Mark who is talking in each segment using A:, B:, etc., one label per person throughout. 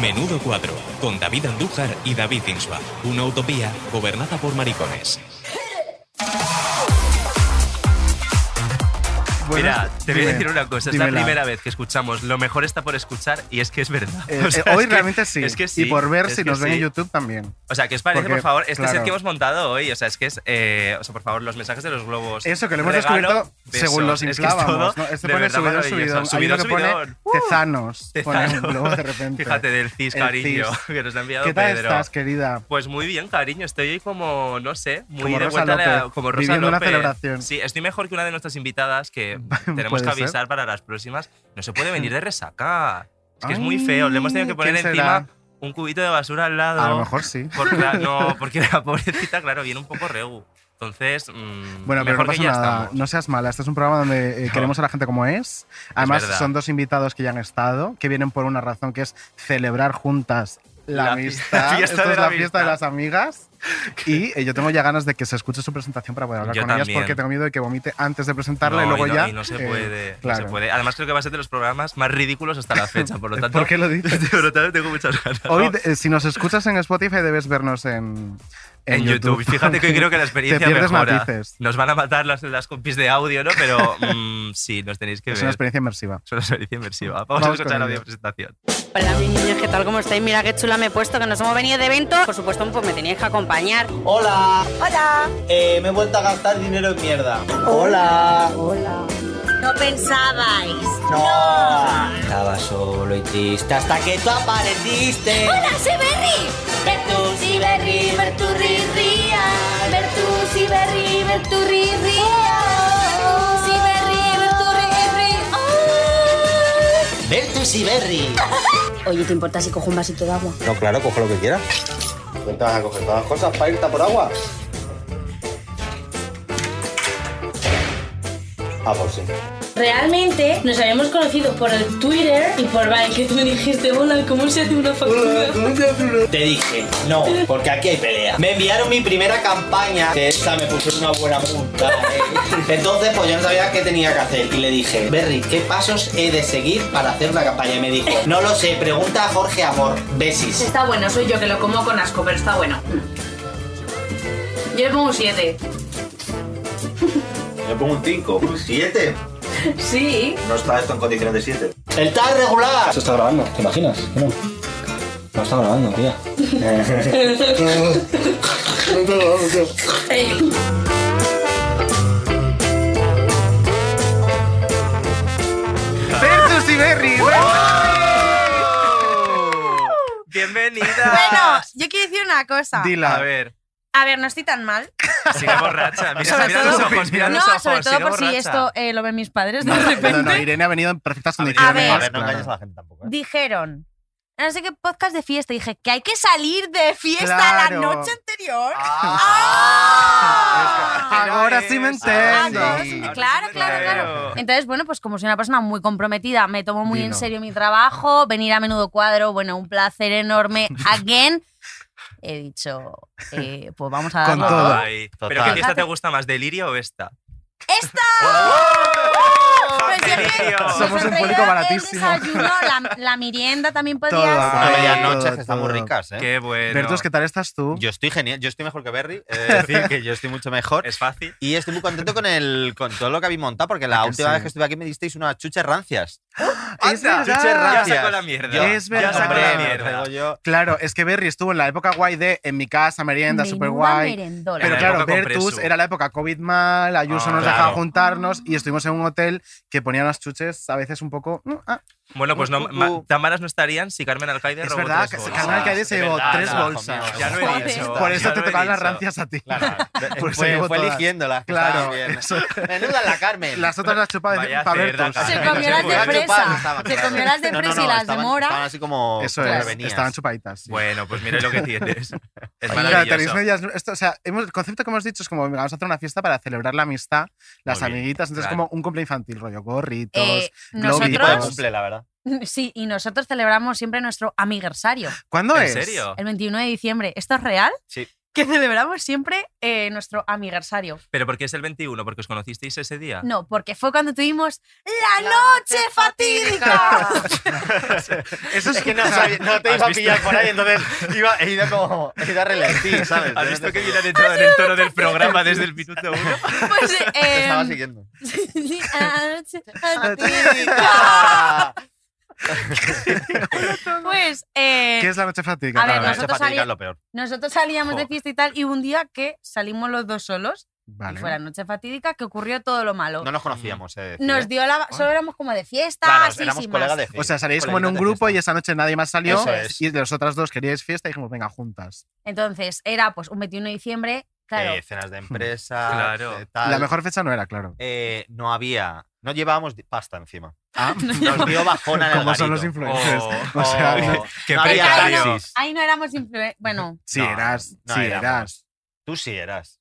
A: Menudo cuadro, con David Andújar y David Insua. Una utopía gobernada por maricones.
B: Bueno,
C: Mira, te voy a
B: dime,
C: decir una cosa, es la
B: dímela.
C: primera vez que escuchamos Lo mejor está por escuchar y es que es verdad.
B: Eh,
C: O sea,
B: eh, hoy
C: es que-
B: realmente sí.
C: es que sí,
B: Y por ver
C: es
B: si
C: que
B: nos ven
C: sí.
B: en YouTube también.
C: O sea, que os parece,
B: Porque,
C: por favor, este es el
B: claro.
C: que hemos montado hoy. O sea, es que es. eh, o sea, por favor, los mensajes de los globos.
B: Eso que lo hemos
C: Regalo,
B: descubierto
C: besos.
B: según los
C: Es que es
B: inflábamos.
C: todo
B: ¿no? Este
C: de
B: pone
C: verdad
B: subidón,
C: maravilloso.
B: subidón. Hay uno
C: Subidón,
B: que pone
C: subidón.
B: tezanos.
C: Te
B: Pone un
C: zano.
B: globo de repente.
C: Uh. Fíjate del CIS,
B: El
C: cariño,
B: cis.
C: que nos lo ha enviado
B: ¿Qué tal
C: Pedro.
B: estás, querida?
C: Pues muy bien, cariño. Estoy hoy como, no sé, muy
B: Como
C: de
B: Rosa
C: vuelta a la-
B: López,
C: como Rosa
B: viviendo una
C: López.
B: celebración.
C: Sí, estoy mejor que una de nuestras invitadas que tenemos
B: Puede
C: que
B: ser.
C: avisar para las próximas. No se puede venir de resaca. Es que es muy
B: Ay,
C: feo. Le hemos tenido que poner
B: ¿quién
C: encima
B: será?
C: un cubito de basura al lado.
B: A lo mejor sí.
C: Porque la, no, porque la pobrecita, claro, viene un poco regu. Entonces, mm,
B: Bueno, pero
C: mejor
B: no
C: que
B: pasa
C: ya
B: nada.
C: estamos.
B: No seas mala. Este es un programa donde eh,
C: No.
B: queremos a la gente como es. Además,
C: verdad.
B: son dos invitados que ya han estado, que vienen por una razón, que es celebrar juntas la,
C: La fi-
B: amistad.
C: fiesta
B: Esto
C: de
B: es
C: la
B: la fiesta de
C: amistad.
B: las amigas. Y eh, yo tengo ya ganas de que se escuche su presentación para poder hablar
C: Yo
B: con
C: también.
B: ellas, porque tengo miedo de que vomite antes de presentarla y
C: No,
B: luego
C: no-
B: ya.
C: y no se
B: eh,
C: puede, no se
B: claro.
C: puede. Además, creo que va a ser de los programas más ridículos hasta la fecha. Por lo tanto,
B: ¿Por qué lo dices?
C: Por lo tanto, tengo muchas ganas. ¿no?
B: Hoy, de- eh, si nos escuchas en Spotify, debes vernos en,
C: en, YouTube. Fíjate que creo que la experiencia
B: Te pierdes
C: mejora.
B: matices.
C: Nos van a matar las, las compis de audio, ¿no? Pero mm, sí, nos tenéis que
B: Es una
C: ver.
B: experiencia inmersiva.
C: Es una experiencia inmersiva. Vamos, a
B: Vamos
C: escuchar
B: con
C: la
B: ello.
C: audio presentación.
D: Hola, mis niños, ¿qué tal? ¿Cómo estáis? Mira qué chula me he puesto, que nos hemos venido de evento. Por supuesto, pues me teníais que acompañar.
E: Hola. Hola. me he vuelto a gastar dinero en mierda. Hola.
D: No pensabais.
E: No. Estaba solo y triste hasta que tú apareciste.
F: Berri, Bertuzzi Berri, Berturri Ria, Bertuzzi Berri, Berturri Ria, Bertuzzi Berri, Berturri Ria. Oh.
E: Bertus y Berry.
F: Oye, ¿te importa si cojo un vasito de agua?
E: No, claro, coge lo que quieras. ¿Cuántas vas a coger todas las cosas para irte a por agua? Ah, por sí.
G: Realmente nos habíamos conocido por el Twitter y por Vine, que tú me dijiste, hola, ¿cómo se hace una factura?
E: Te dije, no, porque aquí hay pelea. Me enviaron mi primera campaña, que esta me puso una buena punta. eh. Entonces, pues yo no sabía qué tenía que hacer. Y le dije, Berry, ¿qué pasos he de seguir para hacer una campaña? Y me dijo, no lo sé, pregunta a Jorge Amor. Besis.
G: Está bueno, soy yo que lo como con asco, pero está bueno. Yo le pongo un 7.
H: Le pongo un 5. ¿Un 7?
G: Sí.
H: No está esto en condiciones de 7.
E: El tal regular. Se está grabando, ¿te imaginas? No. No está grabando, tía.
B: ¡Bertus y Berry!
C: ¡Bienvenida!
G: Bueno, yo quiero decir una cosa.
C: A
B: Dila.
C: ver,
G: A ver, no estoy tan mal.
C: sigue borracha. Mira,
G: Sobre
C: mira los
G: todo-
C: ojos, mira
G: no,
C: los ojos.
G: sobre todo
C: sigue
G: por si
C: borracha.
G: esto eh, lo ven mis padres de
B: No, no,
G: repente.
B: Irene ha venido en perfectas
C: A ver,
B: condiciones.
G: a ver,
B: claro.
H: la gente tampoco.
G: Dijeron, no sé qué podcast de fiesta. Y dije, que hay que salir de fiesta
B: Claro.
G: la noche anterior.
B: Ah,
G: Ah.
B: Ahora sí me entiendo.
G: Ah,
B: Sí.
G: pues, claro, claro, claro. Entonces, bueno, pues como soy una persona muy comprometida, me tomo muy en
B: Dilo.
G: serio mi trabajo, venir a menudo cuadro, bueno, un placer enorme. Again, he dicho, eh, pues vamos a
B: Con
G: darlo
B: todo.
C: Ay, ¿Pero qué
H: Total.
C: fiesta te gusta más, Delirio o esta?
G: ¡Esta! Pues yo que-
C: Delirio.
G: pues
B: Somos
G: en
B: un público
G: realidad
B: baratísimo.
G: El desayuno, la, la merienda también podía
B: Todo.
G: ser.
H: Una
B: Ay,
H: medianoche
B: todo,
H: están muy
B: todo.
H: ricas, ¿eh?
C: Qué bueno.
B: Bertus, ¿qué tal estás tú?
H: Yo estoy genial, yo estoy mejor que Berry, es decir, que yo estoy mucho mejor.
C: Es fácil.
H: Y estoy muy contento con, el, con todo lo que habéis montado, porque
B: ¿A
H: la
B: que
H: última
B: sí?
H: vez Ah, que estuve aquí me disteis unas chuches rancias.
B: Ah, Es
H: Anda,
B: verdad.
H: Chuches
C: Ya
H: rancias.
C: sacó la mierda.
B: Es
C: Ya
B: verdad.
C: sacó la
B: Hombre,
C: mierda.
H: Digo yo,
B: Claro, es que Berry estuvo en la época guay de en mi casa, merienda,
G: Menuda
B: super guay.
G: merendola.
B: Pero
C: la
B: claro,
C: época con
B: Bertus
C: Presu.
B: era la época COVID mal, Ayuso
C: Ah,
B: nos
C: claro.
B: dejaba juntarnos y estuvimos en un hotel que ponía unas chuches a veces un poco. mm, ah,
C: Bueno, pues no,
H: Uh, uh,
C: ma-
H: uh.
C: tan malas no estarían si Carmen Alcaide
B: Es
C: robó
B: verdad,
C: tres
B: que
C: bolsas.
B: Carmen Alcaide se
C: Es
B: llevó
C: verdad,
B: tres
C: hijo
B: bolsas.
C: mío, Ya lo he
G: Joder.
C: dicho.
B: Por eso
C: ya
B: te
C: lo he
B: tocaban las
C: dicho.
B: rancias a ti.
H: claro,
B: Por eso
H: fue,
B: llevo
H: fue
B: todas.
H: eligiéndolas. que
B: Claro,
H: estaban bien.
B: eso.
H: Menuda la Carmen.
B: Las otras las chupaba
C: Vaya
B: para
C: cerda,
B: Bertus.
C: Carmen.
G: Se
C: Ay,
G: comió
C: no
G: las
C: se
G: de
C: puede.
G: fresa. Se comió las de
H: No, no,
G: fresa
H: no,
G: y las de
H: estaban-
G: mora.
H: Estaban así como.
B: Eso
H: como
B: es,
H: prevenidas.
B: estaban chupaditas. sí.
C: Bueno, pues mira lo que tienes.
H: Es
G: Oye,
B: Claro, tenéis
H: maravilloso.
B: medias- esto, o sea, hemos- el concepto que hemos dicho es como venga, vamos a hacer una fiesta para celebrar la amistad, las
H: Muy bien,
B: amiguitas, entonces
H: claro.
B: como un cumple infantil, rollo gorritos.
G: Eh,
B: globitos.
H: Qué tipo de
G: nosotros,
H: cumple, la verdad.
G: sí, y nosotros celebramos siempre nuestro aniversario,
B: ¿Cuándo
H: ¿En
B: es?
H: serio?
G: el 21 de diciembre. ¿Esto es real?
H: Sí.
G: Que celebramos siempre eh, nuestro aniversario.
A: ¿Pero por qué es el 21? ¿Porque os conocisteis ese día?
G: No, porque fue cuando tuvimos Ah. la, noche fatídica.
B: Eso es
H: Es que no, sabía- no te
A: ¿Has
H: iba a
A: visto?
H: pillar por ahí, entonces iba, he ido como. He ido a ralentí, ¿sabes?
A: ¿Has visto que viene entrado en el tono del programa desde el minuto uno?
G: pues, eh,
H: Te estaba
G: em,
H: siguiendo.
G: la noche fatídica.
H: Ah,
G: pues eh,
B: ¿Qué es la noche fatídica?
G: A ver,
B: Vale,
H: la noche
G: nosotros
H: fatídica
G: había-
H: es lo peor.
G: nosotros salíamos de
H: Jo.
G: fiesta y tal, y un día que salimos los dos solos,
B: vale.
G: y fue la noche fatídica, que ocurrió todo lo malo.
H: No nos conocíamos. eh,
G: Nos
H: decir,
G: dio la... Solo éramos como de fiesta,
H: Claro,
G: así,
H: éramos
G: sin
H: colegas
G: más.
H: de fiesta.
B: O sea, salíais como en un grupo y esa noche nadie más salió
H: Eso es.
B: y las otras dos queríais fiesta y dijimos, venga, juntas.
G: Entonces, era pues un 21 de diciembre, claro.
H: Eh, cenas de empresa.
A: Claro.
H: eh, tal.
B: La mejor fecha no era, claro.
H: Eh, no había. No llevábamos di- pasta encima.
B: Ah,
H: Nos dio bajona en el
B: como son los
H: garito.
B: influencers.
A: Oh,
B: o sea,
H: oh.
B: no-
A: ¡Qué
H: No
G: Porque
H: había
G: ahí,
H: Precarios.
G: no,
A: precarios!
G: ahí no éramos influen- Bueno,
B: sí,
H: No,
B: eras,
H: no
B: sí,
H: éramos.
B: eras.
H: Tú sí eras.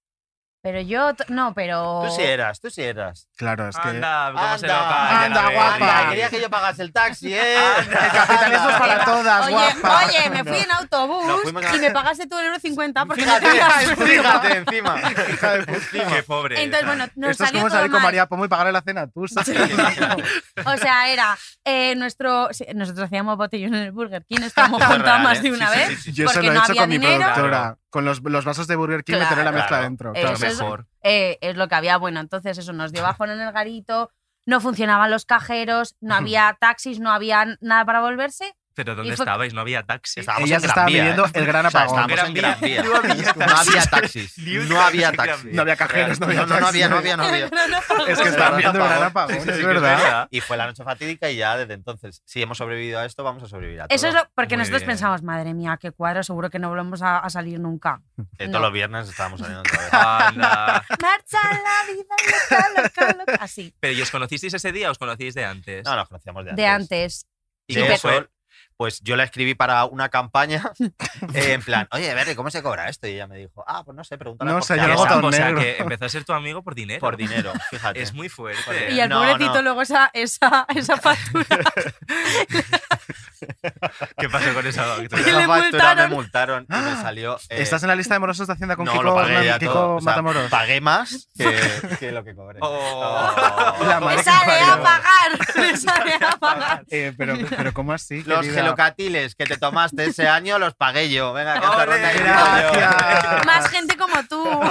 G: pero yo... t- No, pero...
H: Tú sí eras. Tú sí eras.
B: Claro, es que.
G: Ah,
A: Anda, ¿cómo se lo
H: Anda,
A: callan,
B: anda,
A: a ver,
B: guapa.
H: Anda,
A: Ricky?
H: quería que yo pagase el taxi, ¿eh?
B: El capitalismo es para todas,
G: Oye,
B: guapa.
G: oye, me fui en
H: Nos
G: autobús
H: fuimos a-
G: y me pagaste tú el euro 50 porque no tenías-
H: Fíjate, fíjate encima.
B: Hija de puta.
A: ¡Qué pobre!
G: Entonces, bueno, nos
B: Esto es
G: salió
B: como
G: todo
B: salir con
G: mal.
B: María Pomo y pagarle la cena tú, ¿sabes?
G: O sea, era eh, nuestro. sí, Nosotros hacíamos botellón en el Burger King, nos estábamos
H: Esto es
G: juntados
H: real,
G: más
H: ¿eh?
G: de una
H: Sí, sí,
G: vez.
H: sí, sí.
B: Yo eso
G: Porque
B: lo he
G: no
B: hecho
G: había
B: con mi
G: dinero.
B: productora, con los, los vasos de Burger King
G: Claro,
B: meterle la mezcla
H: claro.
B: dentro.
G: Eso
B: claro.
G: es- Eh, es lo que había. Bueno, entonces eso nos dio bajón en el garito, no funcionaban los cajeros, no había taxis, no había nada para volverse.
A: ¿Pero dónde
G: y fue-
A: estabais? No había taxi.
H: Estábamos
B: Ella
H: en
B: se
H: Gran
B: estaba
H: Vía,
B: viviendo
H: ¿eh?
B: el gran
H: O sea,
B: apagón.
H: estábamos en Gran Vía.
A: No había
H: No había taxis.
A: Ni un
H: No había
A: taxi en Gran
H: taxis.
B: No había cajeros, no había
H: No, no había, no había, no había.
B: es que
H: Es verdad,
B: estaba viviendo el
H: apagón.
B: gran apagón,
A: Sí, sí, sí,
B: es
A: que
B: verdad.
H: Y fue la noche fatídica y ya desde entonces, si hemos sobrevivido a esto, vamos a sobrevivir a todo.
G: Eso es lo, porque
A: Muy
G: nosotros
A: bien.
G: pensamos, madre mía, qué cuadro, seguro que no volvemos a, a salir nunca.
H: Eh,
G: no.
H: Todos los viernes estábamos saliendo otra vez.
A: Anda.
G: Marcha la vida, loca, loca, loca. Así,
A: ¿Pero y os conocisteis ese día o os conocíais de antes?
H: No, nos conocíamos de antes.
G: de antes.
H: Y
A: Sí,
H: de
A: pero-
H: eso, pues yo la escribí para una campaña eh, en plan, oye, Berry, ¿cómo se cobra esto? Y ella me dijo, ah, pues no sé, pregúntale
B: No
H: a
B: sé,
H: Jorge
B: yo
A: Qué
B: luego
H: Alba".
B: tan
A: sapo, o sea,
B: negro.
A: que empezó a ser tu amigo por dinero.
H: Por dinero, fíjate.
A: Es muy
H: Por
G: Y
A: fuerte.
H: dinero.
G: al
H: No,
G: pobrecito
H: no.
G: luego esa, esa, esa factura.
A: ¿Qué pasó con esa doctora?
G: que
H: Esa
G: le
H: factura
G: multaron.
H: me multaron y me salió... eh,
B: ¿Estás en la lista de morosos de Hacienda con
H: no, lo
B: Kiko,
H: pagué ya
B: Kiko
H: todo. O sea,
B: Matamoros?
H: pagué más que, que lo que cobré.
A: Oh.
H: La
G: ¡Me
B: madre que
G: sale a
B: parió.
G: pagar! ¡Me sale a pagar!
B: Eh, pero, pero ¿cómo así?
H: Los
B: querida?
H: gelocatiles que te tomaste ese año los pagué yo. Venga, que esta
A: Ole,
H: ronda invito yo. Ah.
B: Gracias.
G: Más gente como tú.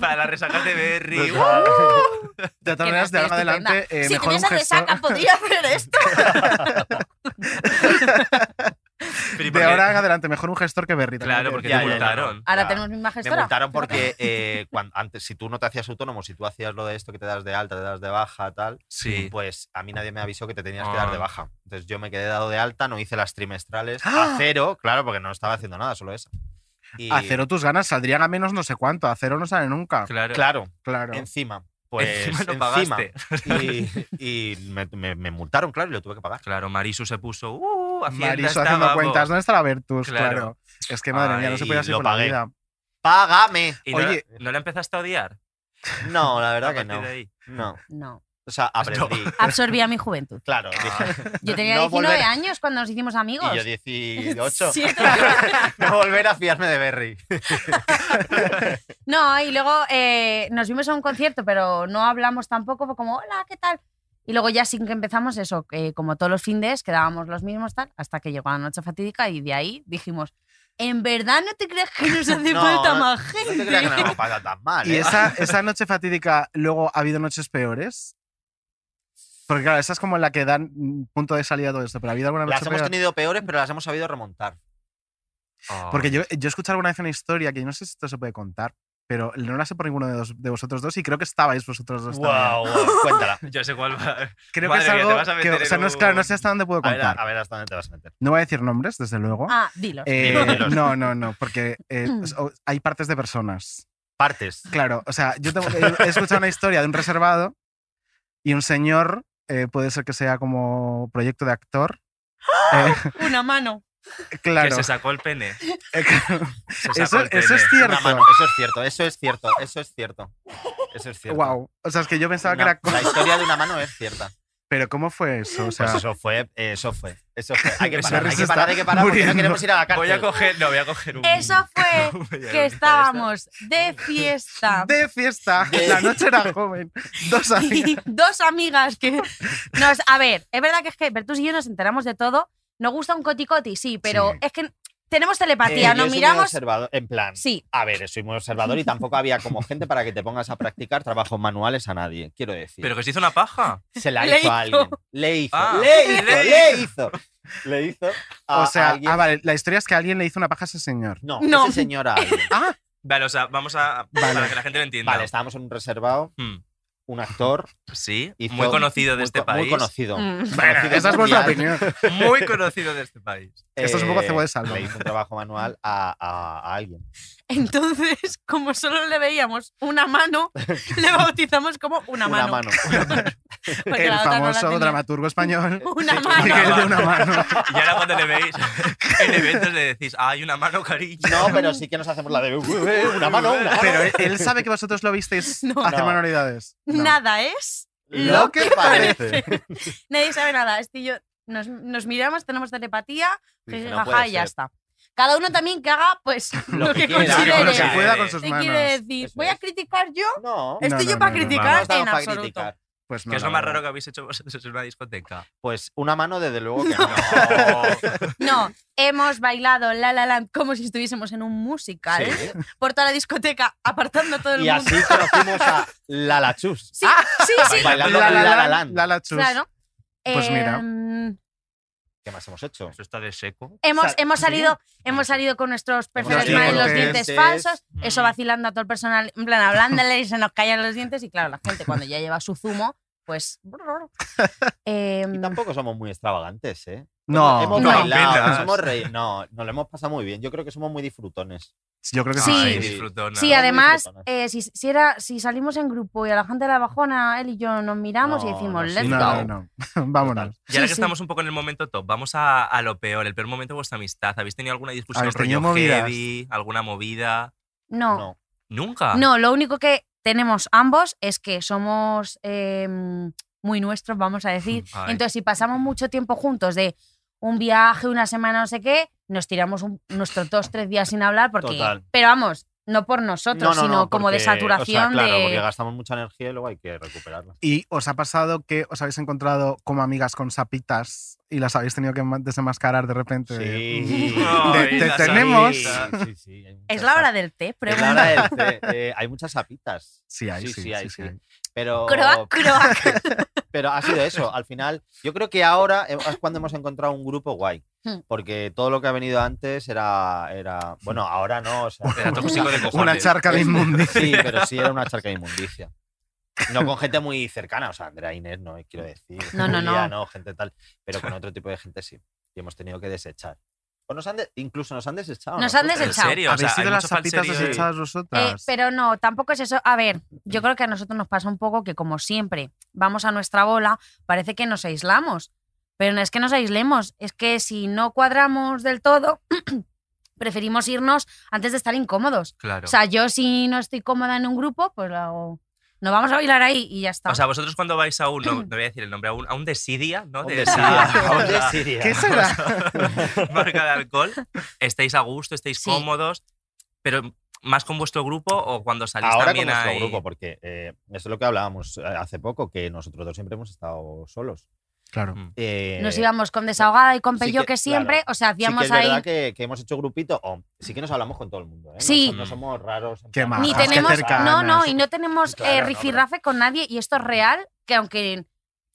A: Para la resaca de Berry.
B: De todas
G: Que
B: maneras, de
G: estoy
B: ahora en
G: estupenda.
B: adelante, eh,
G: si
B: mejor un
G: tuviese
B: gestor.
G: resaca, podría hacer esto.
A: Pero ¿y por
B: De
A: qué?
B: ahora en adelante, mejor un gestor que Berrita.
A: Claro, porque
H: Ya,
A: te
H: ya, ya,
A: multaron.
G: Ahora
H: Ya.
G: tenemos misma gestora.
H: Me multaron porque eh, cuan- antes, si tú no te hacías autónomo, si tú hacías lo de esto que te das de alta, te das de baja, tal,
A: Sí.
H: pues a mí nadie me avisó que te tenías que
A: Ah.
H: dar de baja. Entonces yo me quedé dado de alta, no hice las trimestrales
B: ¡Ah!
H: a cero, claro, porque no estaba haciendo nada, solo eso. Y-
B: A cero tus ganas saldrían a menos no sé cuánto. A cero no sale nunca.
A: Claro.
H: Claro,
B: Claro.
H: encima. Pues
A: Encima no
H: encima.
A: pagaste.
H: Y, y me, me- me multaron, claro, y lo tuve que pagar.
A: Claro, Marisu se puso. Uh, Hacienda
B: Mariso
A: está,
B: haciendo
A: vamos".
B: cuentas. ¿Dónde está la Vertus? Claro.
A: Claro.
B: Es que madre mía, no se
H: Ay,
B: podía hacer
H: lo
B: por la
H: pagué.
B: vida.
H: ¡Págame!
A: ¿Y no,
B: Oye.
A: la- ¿no la empezaste a odiar?
H: No, la
A: A
H: verdad que
A: partir
H: no.
A: de ahí.
H: No.
G: No.
H: O sea, aprendí.
G: Absorbía mi juventud.
H: Claro, dije.
G: Yo tenía
H: No
G: 19
H: volver-
G: años cuando nos hicimos amigos.
H: Y yo 18.
G: Sí.
H: no volver a fiarme de Berry.
G: No, y luego eh, nos vimos a un concierto, pero no hablamos tampoco, fue como, hola, ¿qué tal? Y luego ya sin que empezamos eso, que como todos los findes, quedábamos los mismos tal, hasta que llegó la noche fatídica y de ahí dijimos, ¿en verdad no te crees que nos hace
H: No,
G: falta
H: no-
G: más
H: No
G: gente?
H: te creas que no hemos pasado tan mal.
B: ¿Y
H: ¿eh?
B: esa, esa noche fatídica luego ha habido noches peores? Porque claro, esa es como la que dan mm, punto de salida a todo esto, pero ha habido alguna noche
H: Las hemos
B: peor?
H: tenido peores, pero las hemos sabido remontar. Ah.
A: Oh.
B: Porque yo, yo escuché alguna vez una historia que yo no sé si esto se puede contar, pero no la sé por ninguno de, dos- de vosotros dos y creo que estabais vosotros dos también.
H: wow, Cuéntala.
A: Yo sé cuál va.
B: Creo
A: Madre
B: que es
A: mía,
B: algo
A: te vas a
B: que,
A: meter
B: o sea,
A: en
B: no es claro, no
A: un-
B: sé hasta dónde puedo
H: A ver,
B: contar.
H: a ver hasta dónde te vas a meter.
B: No voy a decir nombres, desde luego.
G: Ah, dilo.
B: Eh,
H: dilo, dilo.
B: no, no, no, porque eh, es- o- hay partes de personas.
H: Partes.
B: Claro, o sea, yo tengo- he he escuchado una historia de un reservado y un señor, eh, puede ser que sea como proyecto de actor, eh,
G: ¡Ah! Una mano.
C: Que
B: Claro. Eh,
C: se sacó el pene. Se sacó
B: Eso,
C: el
B: eso es
C: pene.
H: Una mano,
B: cierto.
H: eso es cierto, eso es cierto, eso es cierto. Eso es cierto.
B: Wow. O sea, es que yo pensaba que
H: Una-
B: era. co-
H: la historia de una mano es cierta.
B: Pero ¿cómo fue eso? O sea,
H: Pues eso fue, eso fue, eso fue. Hay que
C: Esa
H: parar, hay
B: risa
H: que parar,
B: está
H: hay que parar porque no
B: muriendo.
H: queremos ir a la cárcel.
C: Voy a coger. No, voy a coger un.
G: Eso fue
C: Voy a
G: que
C: coger-
G: estábamos de fiesta.
B: de fiesta.
E: De-
B: La noche era joven. Dos
G: Y
B: amigas.
G: dos amigas que nos. A ver, es verdad que es que Bertus y yo nos enteramos de todo. Nos gusta un coticoti, sí, pero
B: Sí.
G: es que tenemos
H: Eh, yo
G: telepatía, nos
H: soy muy
G: miramos.
H: observador, en plan,
G: Sí,
H: a ver, soy muy observador y tampoco había como gente para que te pongas a practicar trabajos manuales a nadie, quiero decir.
C: Pero que se hizo una paja.
H: se la
G: Le
H: hizo a
G: hizo.
H: alguien. Le hizo.
C: Ah.
H: le hizo.
C: Le
H: Le hizo. Le hizo. A,
B: O sea,
H: a alguien.
B: ah, vale. La historia es que alguien le hizo una paja a ese señor.
H: No,
G: No.
H: ese señor a alguien.
B: Ah,
C: Vale, o sea, vamos a.
B: Vale.
C: Para que la gente lo entienda.
H: Vale, estábamos en un reservado,
C: Hmm,
H: un actor.
C: Sí,
H: hizo-
C: muy conocido de
H: muy
C: este
H: co-
C: país.
H: Muy conocido.
G: mm,
B: bueno,
H: Conocido
B: esa es vuestra
H: mundial.
B: opinión.
C: Muy conocido de este país.
B: Esto es un poco
H: Eh,
B: cebo de salva.
H: Le hizo un trabajo manual a, a- a alguien.
G: entonces, como solo le veíamos una mano, le bautizamos como una mano.
H: Una mano.
G: porque
B: El
G: la otra no la
B: famoso
G: tenía.
B: dramaturgo español.
G: Una
B: Miguel
G: mano.
B: de una mano.
C: Y ahora cuando le veis en eventos le decís, ah, hay una mano, cariño.
H: No, pero sí que nos hacemos la de "Uh, uh, una mano, una mano".
B: Pero él- él sabe que vosotros lo visteis
G: No.
B: hacer
H: No.
B: manualidades. No.
G: Nada es.
H: Lo que parece.
G: Nadie sabe nada. Este y yo nos, nos miramos, tenemos telepatía,
H: Dije,
G: jiji,
H: "No
G: jaja,
H: puede
G: y ya
H: ser".
G: está. Cada uno también que haga pues lo,
H: que
G: que,
H: quiera,
B: Claro,
G: considere.
B: con lo que
C: Considere.
B: pueda con sus
G: ¿Qué
B: manos.
G: quiere decir?
H: Eso
G: ¿Voy a
H: es.
G: criticar yo?
H: No.
B: No,
G: Estoy
B: no,
G: yo
B: no,
G: para
B: no,
H: no
G: criticar
H: estamos
G: en
H: para
G: absoluto.
H: criticar.
B: Pues no,
C: Que es
B: la
C: lo más
B: verdad.
C: raro que habéis hecho vosotros en una discoteca.
H: Pues una mano, desde luego que no.
G: No, hemos bailado La La Land como si estuviésemos en un musical
H: Sí.
G: por toda la discoteca, apartando a todo el
H: Y
G: mundo.
H: así conocimos a Lala Chus.
G: Sí, sí, sí.
H: Bailando
B: La
H: con
B: la
H: La
B: la
H: La Land.
B: la la chus.
G: Claro.
B: Pues mira.
G: Em,
H: ¿Qué más hemos hecho?
C: Eso está de seco.
G: Hemos,
B: Sal-
G: hemos, salido, hemos salido con nuestros perfiles
B: salido
G: mal en
B: con
G: Pues los
B: los
G: dientes
H: dientes.
G: falsos, eso
C: Mm.
G: vacilando a todo el personal, en plan hablándole y se nos caían los dientes y claro, la gente cuando ya lleva su zumo, pues... Eh,
H: Y tampoco somos muy extravagantes, ¿eh?
B: No,
H: hemos
G: No.
H: bailado, nos
C: Apenas.
H: hemos reído. No, nos lo hemos pasado muy bien. Yo creo que somos muy disfrutones.
B: yo creo que
G: Sí.
C: Ay,
B: sí.
C: disfrutona.
G: sí, además,
H: disfrutona.
G: eh, si, si era, si salimos en grupo y a la gente de la bajona, él y yo nos miramos y
H: No,
G: decimos,
H: no, sí,
G: let's
B: No, no,
G: go.
B: no. Vámonos.
C: Y ahora
G: sí,
C: que
G: sí.
C: estamos un poco en el momento top, vamos a, a lo peor, el peor momento de vuestra amistad. ¿Habéis tenido alguna discusión
B: ¿Habéis tenido
C: rollo
B: movidas?
C: heavy? ¿Alguna movida?
G: No.
H: No.
C: ¿Nunca?
G: No, lo único que tenemos ambos es que somos eh, muy nuestros, vamos a decir.
C: Ay.
G: Entonces, si pasamos mucho tiempo juntos de un viaje, una semana, no sé qué, nos tiramos un- nuestros dos, tres días sin hablar porque...
H: Total.
G: Pero vamos, no por nosotros, sino como de
H: porque, o sea,
G: saturación
H: claro,
G: de...
H: porque gastamos mucha energía y luego hay que recuperarla.
B: ¿Y os ha pasado que os habéis encontrado como amigas con sapitas y las habéis tenido que ma- desenmascarar de repente?
H: Sí.
C: Ay,
B: Te- te
C: las
B: tenemos.
C: amigas.
H: Sí, sí, hay muchas
G: Es la hora
H: zapas.
G: del té,
H: Es la
G: pregunta.
H: hora del té. Eh, hay muchas sapitas.
B: Sí, hay, sí, sí,
H: hay,
B: sí, hay.
H: Pero,
G: Croac, croac.
H: pero ha sido eso. Al final, yo creo que ahora es cuando hemos encontrado un grupo guay.
G: Hmm.
H: Porque todo lo que ha venido antes era. era bueno, ahora no. o sea,
C: Era tóxico de cojones.
B: Una charca de inmundicia.
H: Sí, pero sí era una charca de inmundicia. No con gente muy cercana, o sea, Andrea Inés, no eh, quiero decir.
G: No, no,
H: Julia,
G: no.
H: gente tal. Pero con otro tipo de gente sí. Y hemos tenido que desechar. O nos han de- incluso nos han desechado.
G: Nos han
H: nosotros.
C: ¿En
G: desechado.
C: serio? O sea,
B: ¿Habéis
C: hay mucho
B: sido las sapitas
C: falserío.
B: desechadas
G: Eh,
B: vosotras?
G: pero no, tampoco es eso. A ver, yo creo que a nosotros nos pasa un poco que como siempre vamos a nuestra bola, parece que nos aislamos. Pero no es que nos aislemos, es que si no cuadramos del todo, preferimos irnos antes de estar incómodos.
C: Claro.
G: O sea, yo si no estoy cómoda en un grupo, pues lo hago. No vamos a bailar ahí y ya está.
C: O sea, vosotros cuando vais a un, no, no voy a decir el nombre, a un, a un desidia, ¿no?
H: Un
C: De
H: desidia,
C: esa-
H: un
C: o sea,
H: desidia.
B: ¿Qué será?
C: marca de alcohol, estáis a gusto, estáis
G: Sí.
C: cómodos, pero más con vuestro grupo o cuando salís
H: Ahora con
C: también
H: nuestro
C: hay...
H: grupo, porque eh, eso es lo que hablábamos eh, hace poco, que nosotros dos siempre hemos estado solos.
B: Claro.
H: Eh,
G: nos íbamos con desahogada y con
H: sí
G: pello
H: que-
G: que, siempre,
H: claro.
G: o sea,
H: Sí que
G: hacíamos
H: es
G: ahí.
H: verdad que, que hemos hecho grupito. o sí que nos hablamos con todo el mundo. ¿eh? No
G: Sí.
H: so- No, somos raros. en
B: Qué
H: plan,
B: majas,
G: ni
B: Ajá, qué
G: tenemos
B: cercanas.
G: no no y no tenemos
H: Claro,
G: eh,
H: no,
G: rifirrafe con nadie y esto es real que aunque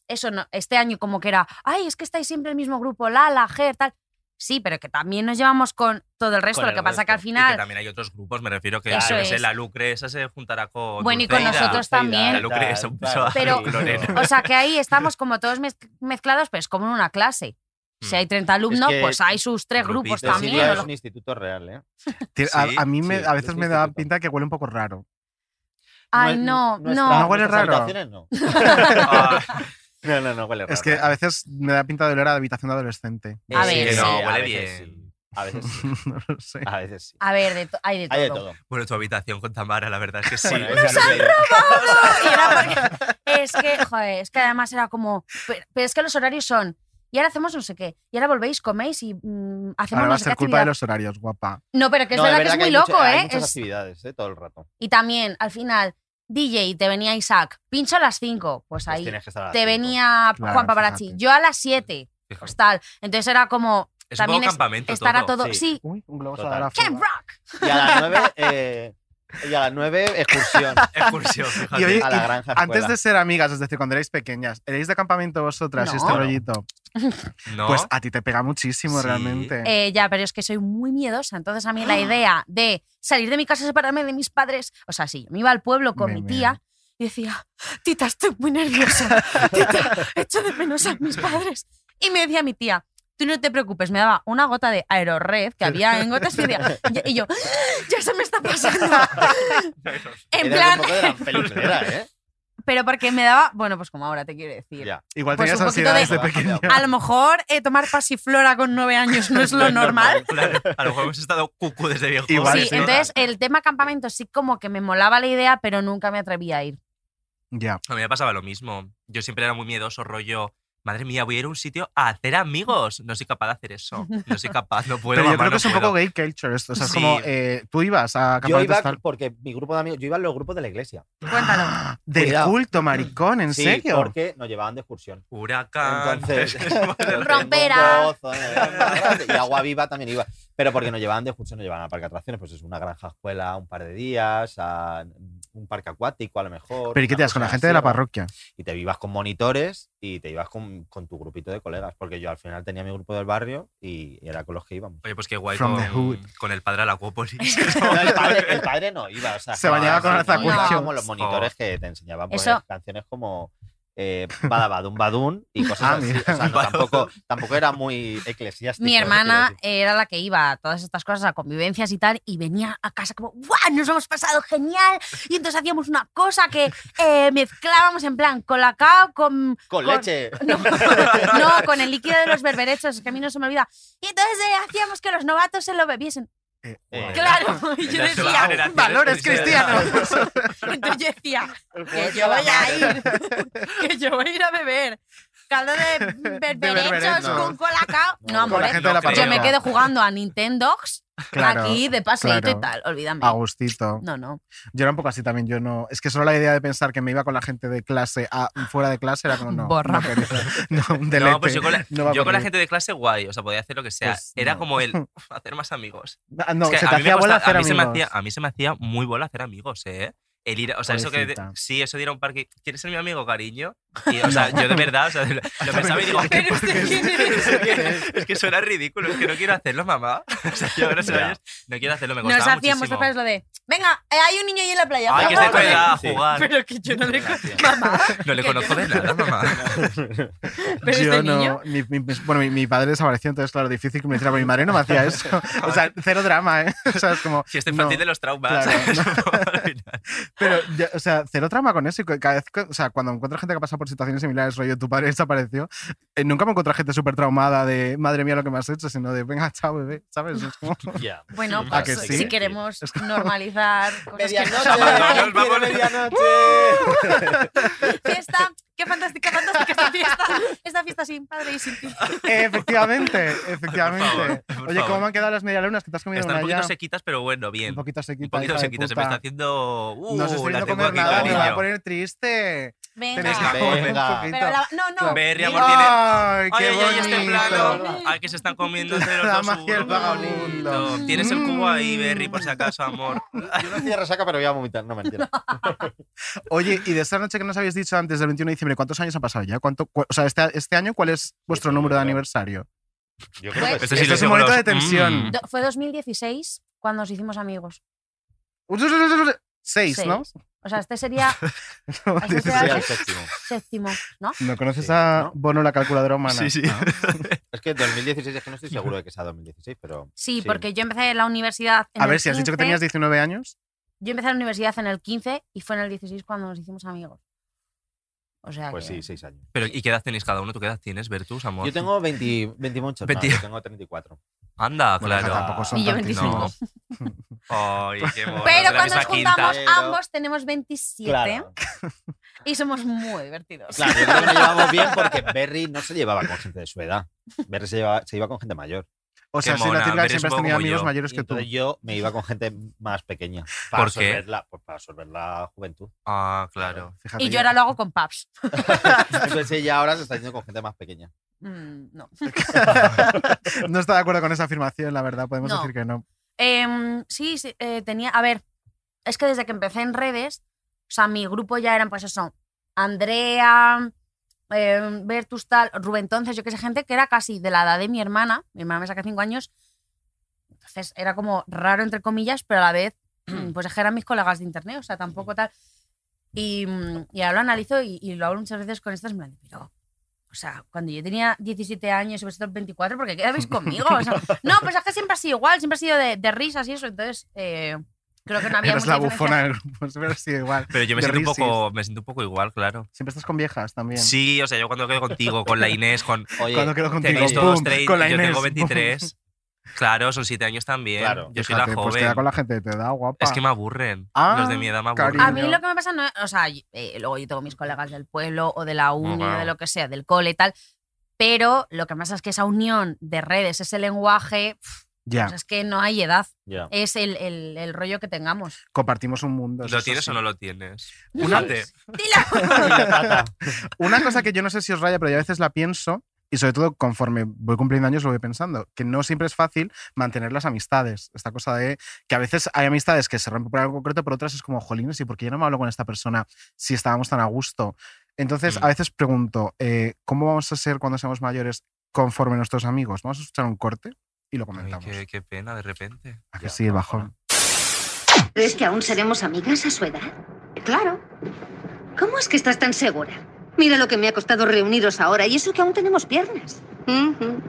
G: eso no este año como que era ay es que estáis siempre el mismo grupo Lala Ger tal sí pero que también nos llevamos con todo el resto
H: Con
G: lo
H: el
G: que pasa que al
H: resto.
C: Y que
G: final
C: también hay otros grupos, me refiero que
H: Eso
C: yo qué sé,
G: es.
C: la Lucre esa se juntará con
G: Bueno, y con
C: Dulceida.
G: nosotros también.
C: La lucre es un
H: Claro,
G: Pero-
H: sí,
C: Lorena.
G: o sea que ahí estamos como todos mez- mezclados pero es como en una clase si hay 30 alumnos
H: que
G: pues hay sus tres grupos
C: grupito,
G: también
C: sí,
H: Desidia
G: o
H: es
G: lo-
H: un instituto real, ¿eh?
B: Ti- A,
C: Sí,
B: a mí me,
H: sí,
B: a
H: es
B: veces me
H: un
B: da
H: instituto.
B: pinta que huele un poco raro.
G: ay
H: Nue-
G: no
H: nuestra-
G: no
B: No huele
H: nuestras
B: raro.
H: habitaciones no.
C: Ah,
H: No, no, no huele raro.
B: Es que a veces me da pinta de olor a habitación de adolescente.
G: A
H: Sí,
G: ver,
H: que
G: sí.
H: no,
G: A
H: huele
I: veces
H: bien.
I: sí.
H: A veces sí.
B: no lo sé.
H: A veces sí.
G: A ver, de to- hay de todo.
H: Hay de todo.
I: Bueno, tu habitación con Tamara, la verdad es que sí.
H: Bueno,
I: O sea,
H: eso
I: no-
G: Y era porque- es que, joder, es que además era como. Pero, pero es que los horarios son. Y ahora hacemos no sé qué. Y ahora volvéis, coméis y mm, hacemos
B: Ahora va
G: no
B: a
G: sé qué
B: ser culpa de
G: actividad.
B: los horarios, guapa.
G: No, pero que es
H: No,
G: verdad, que es
H: hay
G: muy loco,
H: mucha- Hay
G: ¿eh?
H: muchas
G: Es- Pues
H: actividades, ¿eh? Todo el rato.
G: Y también, al final, DJ, te venía Isaac, pincho a las 5, pues
H: Pues
G: ahí.
H: tienes que estar a las
G: Te
H: cinco.
G: venía
B: Claro,
G: Juan Paparazzi,
B: fíjate.
G: yo a las 7,
I: Fíjate.
G: pues tal. Entonces era como,
I: es un
G: también
I: poco
G: es-
I: campamento
G: estar a
I: todo.
H: sí.
G: todo. Sí,
B: Uy, un globo se
H: Total.
B: da la
G: Camp
B: fuga.
G: Rock.
H: Y a las nueve, eh, y a las nueve excursión
I: Excursión, fíjate.
B: Y oye,
H: a la granja.
B: Antes
H: escuela.
B: de ser amigas, es decir, cuando erais pequeñas, ¿erais de campamento vosotras y este
G: No.
B: rollito?
I: no,
B: Pues a ti te pega muchísimo
I: Sí.
B: realmente.
G: Eh, ya, pero es que soy muy miedosa. Entonces a mí la idea de salir de mi casa, separarme de mis padres, o sea, sí, yo me iba al pueblo con
B: Me
G: mi
B: meo.
G: tía. Y decía, tita, estoy muy nerviosa. Tita, echo de menos a mis padres. Y me decía mi tía, tú no te preocupes, me daba una gota de aerorred que había en gotas y, decía- y yo, ya se me está pasando. en
H: Era
G: plan,
H: un poco de la peliculera, ¿eh?
G: pero porque me daba, bueno, pues como ahora te quiero decir.
H: Ya.
B: Igual
G: pues
B: tenías
G: un poquito
B: ansiedad
G: de-
B: desde pequeña.
G: A lo mejor eh, tomar pasiflora con nueve años no es lo normal.
I: claro, a lo mejor hemos estado cucu desde viejo.
B: Igual,
G: sí, entonces el tema campamento sí como que me molaba la idea, pero nunca me atreví a ir.
B: Ya.
I: A mí me pasaba lo mismo. Yo siempre era muy miedoso, rollo. Madre mía, voy a ir a un sitio a hacer amigos. No soy capaz de hacer eso. No soy capaz, no puedo.
B: Pero yo
I: mamá,
B: creo que
I: no
B: es un
I: puedo.
B: poco gay culture esto. O sea, es
I: Sí.
B: como, eh, tú ibas a
H: Yo
B: campamentos
H: iba
B: tal-
H: porque mi grupo de amigos, yo iba a los grupos de la iglesia.
B: del
H: Cuidado.
B: culto, maricón, ¿en
H: sí,
B: serio?
H: porque nos llevaban de excursión.
C: Ah,
I: Huracán.
H: Entonces,
G: Rompera.
H: Tengo un gozo, eh, Y agua viva también iba. Pero porque nos llevaban de excursión, nos llevaban a parque de atracciones, pues es una granja escuela un par de días, a un parque acuático a lo mejor.
B: Pero ¿y qué
H: una
B: te das con
H: cosa
B: la gente de la
H: así, ¿no?
B: parroquia?
H: y te ibas con monitores y te ibas con, con tu grupito de colegas, porque yo al final tenía mi grupo del barrio y, y era con los que íbamos.
I: Oye, pues qué guay
B: From the
I: con,
B: hood.
I: con el padre a la Acuópolis.
H: No, el, padre, el padre no iba, o sea,
B: Se bañaba con
H: alza
B: alzacuello.
H: Como los monitores que te enseñaban pues,
G: Eso.
H: canciones como eh, Badabadum Badum y cosas
B: Ah,
H: así.
B: mira.
H: O sea, no, tampoco, tampoco era muy eclesiástico.
G: Mi
H: eso
G: hermana
H: quiero decir.
G: era la que iba a todas estas cosas, a convivencias y tal, y venía a casa como, ¡guau! Nos hemos pasado genial. Y entonces hacíamos una cosa que eh, mezclábamos en plan colacao con...
H: Con
G: con-
H: leche.
G: No, no, con el líquido de los berberechos, que a mí no se me olvida. Y entonces eh, hacíamos que los novatos se lo bebiesen.
B: Eh,
H: Eh,
B: guau.
G: Claro, y yo
I: Las nuevas
G: decía,
I: generaciones
B: valores
I: que se-
B: cristianos.
G: entonces yo decía,
H: El juego
G: que
H: de
G: yo
H: la
G: voy a
H: madre.
G: ir, que yo voy a ir a beber caldo de berberechos
B: berberechos.
G: con colacao. No,
H: Con
B: Con la
G: amores,
B: gente de la
I: no creo.
B: parroquia.
G: ¿eh? yo me quedo jugando a Nintendox
B: Claro,
G: aquí de paseito
B: claro.
G: y tal, olvídame.
B: A gustito.
G: No, no.
B: Yo era un poco así también, yo no... Es que solo la idea de pensar que me iba con la gente de clase a fuera de clase era como, no,
G: Borra.
B: no, quería, no, un delete.
I: No, pues yo con la,
B: no va
I: yo
B: por
I: con la
B: ahí.
I: gente de clase guay, o sea, podía hacer lo que sea.
B: Pues
I: Era
B: no.
I: como el "Uf, hacer más amigos.
B: Ah, No,
I: Es que
B: se
I: a
B: te
I: mí me
B: hacía bola
I: costa-
B: hacer
I: a mí se me
B: amigos.
I: hacía A mí se me hacía muy bola hacer amigos, ¿eh? El ir, o sea, eso que de-
B: Pobrecita.
I: sí, eso de ir a un parque, ¿quieres ser mi amigo, cariño? Y, o sea, yo de verdad, o sea, lo pensaba y digo,
B: ¿Qué Pero este parques? quién
I: es? que suena ridículo, es que no quiero hacerlo, mamá. O sea, yo ahora se lo
H: Ya.
I: oyes, no quiero hacerlo, me
G: Nos
I: costaba
G: hacíamos
I: muchísimo.
G: otra vez lo de, venga, eh, hay un niño ahí en la playa.
I: Ay, que
G: vamos
I: se
G: con él".
I: juega a
H: Sí.
I: jugar.
G: Pero que yo no le
H: Gracias.
G: mamá,
I: No le
G: que yo
I: conozco
G: no-
I: de nada, mamá.
G: pero
B: yo
G: este
B: no,
G: niño.
B: mi- mi- mis- bueno, mi, mi padre desapareció, entonces claro, difícil que me hiciera, pero mi madre no me hacía eso. O sea, cero drama, ¿eh? O sea, es como...
I: Si este
B: no.
I: infantil de los traumas.
B: Claro, Pero, ya, o sea, cero trama con eso. Y cu- cada vez que- o sea, cuando encuentro gente que ha pasado por situaciones similares, rollo, tu padre desapareció, eh, nunca me encuentro gente súper traumada de, madre mía, lo que me has hecho, sino de, venga, chao, bebé, ¿sabes? Es como-
H: Ya.
G: Bueno,
B: ¿A
G: pues
B: que sí?
G: si queremos normalizar cosas Pues que no
H: Medianoche.
G: son normales.
I: Nos vamos.
H: quiero medianoche.
G: Fiesta, qué fantástica, fantástica esta fiesta. Esta fiesta sin padre y sin ti.
B: efectivamente, efectivamente.
I: favor, por
B: Oye,
I: favor.
B: ¿cómo me han quedado las medialunas que te has comido
I: Están un
B: una
I: poquito
B: ya?
I: sequitas, pero bueno, bien.
B: Un poquito sequita.
I: Un poquito
B: hija de
I: sequitas, se me
B: puta.
I: está haciendo. Uh,
B: no se está viendo
I: la tengo
B: comer
I: aquí,
B: nada, me va a
I: cariño.
B: poner triste. Tenéis
G: Venga.
B: que comer un
H: Venga.
B: poquito.
G: Pero la- no, no.
I: Berry,
G: mira,
I: amor, tiene-
B: ¡Ay,
I: Ay,
B: qué
I: ay, ay, este
B: bonito!
I: plano. Ay, que se están comiendo entre los
B: La
I: dos.
B: magia del
I: Uh,
B: vagabundo.
I: Tienes el cubo ahí,
B: Mm.
I: Berry, por si acaso, amor.
H: Yo no hacía resaca, pero voy a vomitar, no me entiendo.
G: Pues
B: Oye, y de esa noche que nos habéis dicho antes del 21 de diciembre, ¿cuántos años han pasado ya? ¿Cuánto, cu- o sea, este, este año, ¿cuál es vuestro
H: Sí,
B: número de
H: claro.
B: aniversario?
H: Yo
G: Pues-
I: Este
B: sí Esto es un
I: seguro.
B: momento de tensión.
I: Mm.
G: do- Fue 2016 cuando nos hicimos amigos.
B: Seis, ¿no?
G: O sea, este sería
B: Dices,
G: Sí, sí.
H: el séptimo.
G: séptimo, ¿no?
B: ¿No conoces
H: Sí,
B: a
H: ¿no?
B: Bono la calculadora humana?
I: Sí, sí.
B: Ah.
H: Es que 2016 es que no estoy seguro de que sea 2016, pero.
G: Sí, porque yo empecé en la universidad. En
B: A
G: el
B: ver, si has dicho que
G: 15,
B: tenías 19 años.
G: Yo empecé en la universidad en el 15 y fue en el 16 cuando nos hicimos amigos. O
B: Ah,
G: sea
H: Pues
G: que-
H: sí, seis años.
I: Pero, ¿y qué edad tenéis cada uno? ¿Tú qué edad tienes, Bertus, amor?
H: Yo tengo 20, 20 monchas, no,
I: 20.
H: yo tengo 34.
I: Anda,
B: Bueno,
I: Ah, claro.
B: tampoco son
G: Y yo
B: tantísimos.
G: 25.
I: Ay, qué monos,
G: Pero
I: de la
G: cuando
I: misma
G: nos
I: quinta.
G: juntamos
H: Pero-
G: ambos tenemos 27
H: Claro,
G: y somos muy divertidos.
H: claro, yo creo que nos llevamos bien porque Berry no se llevaba con gente de su edad. Berry se, llevaba- se iba con gente mayor.
B: O sea,
I: Qué
B: sí, la
I: mona,
B: típica que
I: eres
B: siempre has
I: un poco
B: tenido
I: como
B: amigos
I: yo.
B: mayores
H: Y
B: que tú.
H: entonces yo me iba con gente más pequeña. Para
I: ¿Por qué?
H: absorber La, pues para absorber la juventud.
I: Ah, claro.
B: Fíjate,
G: Y yo ahora lo hago con Paps.
H: Entonces ella ahora se está yendo con gente más pequeña.
G: Mm, no.
B: No está de acuerdo con esa afirmación, la verdad, podemos
G: No.
B: decir que no.
G: Em, sí, sí, eh, tenía. A ver, es que desde que empecé en redes, o sea, mi grupo ya eran, pues eso, Andrea, em, Bertus tal, Rubén, entonces, yo que sé, gente que era casi de la edad de mi hermana. Mi hermana me saca cinco años. Entonces era como raro, entre comillas, pero a la vez,
B: Mm.
G: pues es que eran mis colegas de internet, o sea, tampoco tal. Y, mm, y ahora lo analizo y, y lo hablo muchas veces con estas, en plan, pero. O sea, cuando yo tenía 17 años y vosotros 24, ¿por qué quedabais conmigo? O sea, no, pues es que siempre ha sido igual, siempre ha sido de, de risas y eso, entonces eh, creo que no había
B: Eres
G: mucha
B: la
G: diferencia.
B: bufona del grupo, siempre has sido igual.
I: Pero yo me
B: De
I: siento, un
B: risis.
I: poco, me siento un poco igual, claro.
B: Siempre estás con viejas también.
I: Sí, o sea, yo cuando quedo contigo, con la Inés, con.
H: Oye,
B: Cuando quedo contigo,
I: Tenéis todos
B: ¡pum!
I: 30,
B: con la
I: yo
B: Inés.
I: tengo
B: ¡pum!
I: 23. Claro, son 7 años también.
H: Claro,
I: yo soy
B: Fíjate,
I: la
B: Pues
I: joven.
B: queda con la gente, te da guapa.
I: Es que me aburren.
B: Ah,
I: Los de mi edad me aburren.
G: A
B: cariño.
G: mí lo que me pasa no es, o sea, y- eh, luego yo tengo mis colegas del pueblo o de la uni o
I: claro.
G: de lo que sea, del cole y tal, pero lo que me pasa es que esa unión de redes, ese lenguaje, pf,
B: Ya,
G: o sea, es que no hay edad,
H: ya.
G: es el, el- el rollo que tengamos.
B: compartimos un mundo.
I: ¿Lo
B: eso
I: tienes
B: sí.
I: o no lo tienes?
B: Una-
I: Fíjate.
B: Una cosa que yo no sé si os raya, pero yo a veces la pienso, y sobre todo conforme voy cumpliendo años lo voy pensando, que no siempre es fácil mantener las amistades. Esta cosa de que a veces hay amistades que se rompen por algo concreto, pero otras es como, jolines, ¿y por qué yo no me hablo con esta persona si estábamos tan a gusto? Entonces,
I: Mm.
B: a veces pregunto, eh, ¿cómo vamos a ser cuando seamos mayores conforme nuestros amigos? Vamos a escuchar un corte y lo
I: Ay,
B: comentamos.
I: qué, qué pena, de repente.
B: ¿A que sí, el bajón?
F: ¿Crees que aún seremos amigas a su edad? Claro. ¿Cómo es que estás tan segura? Mira lo que me ha costado reuniros ahora y eso que aún tenemos piernas. Ujú.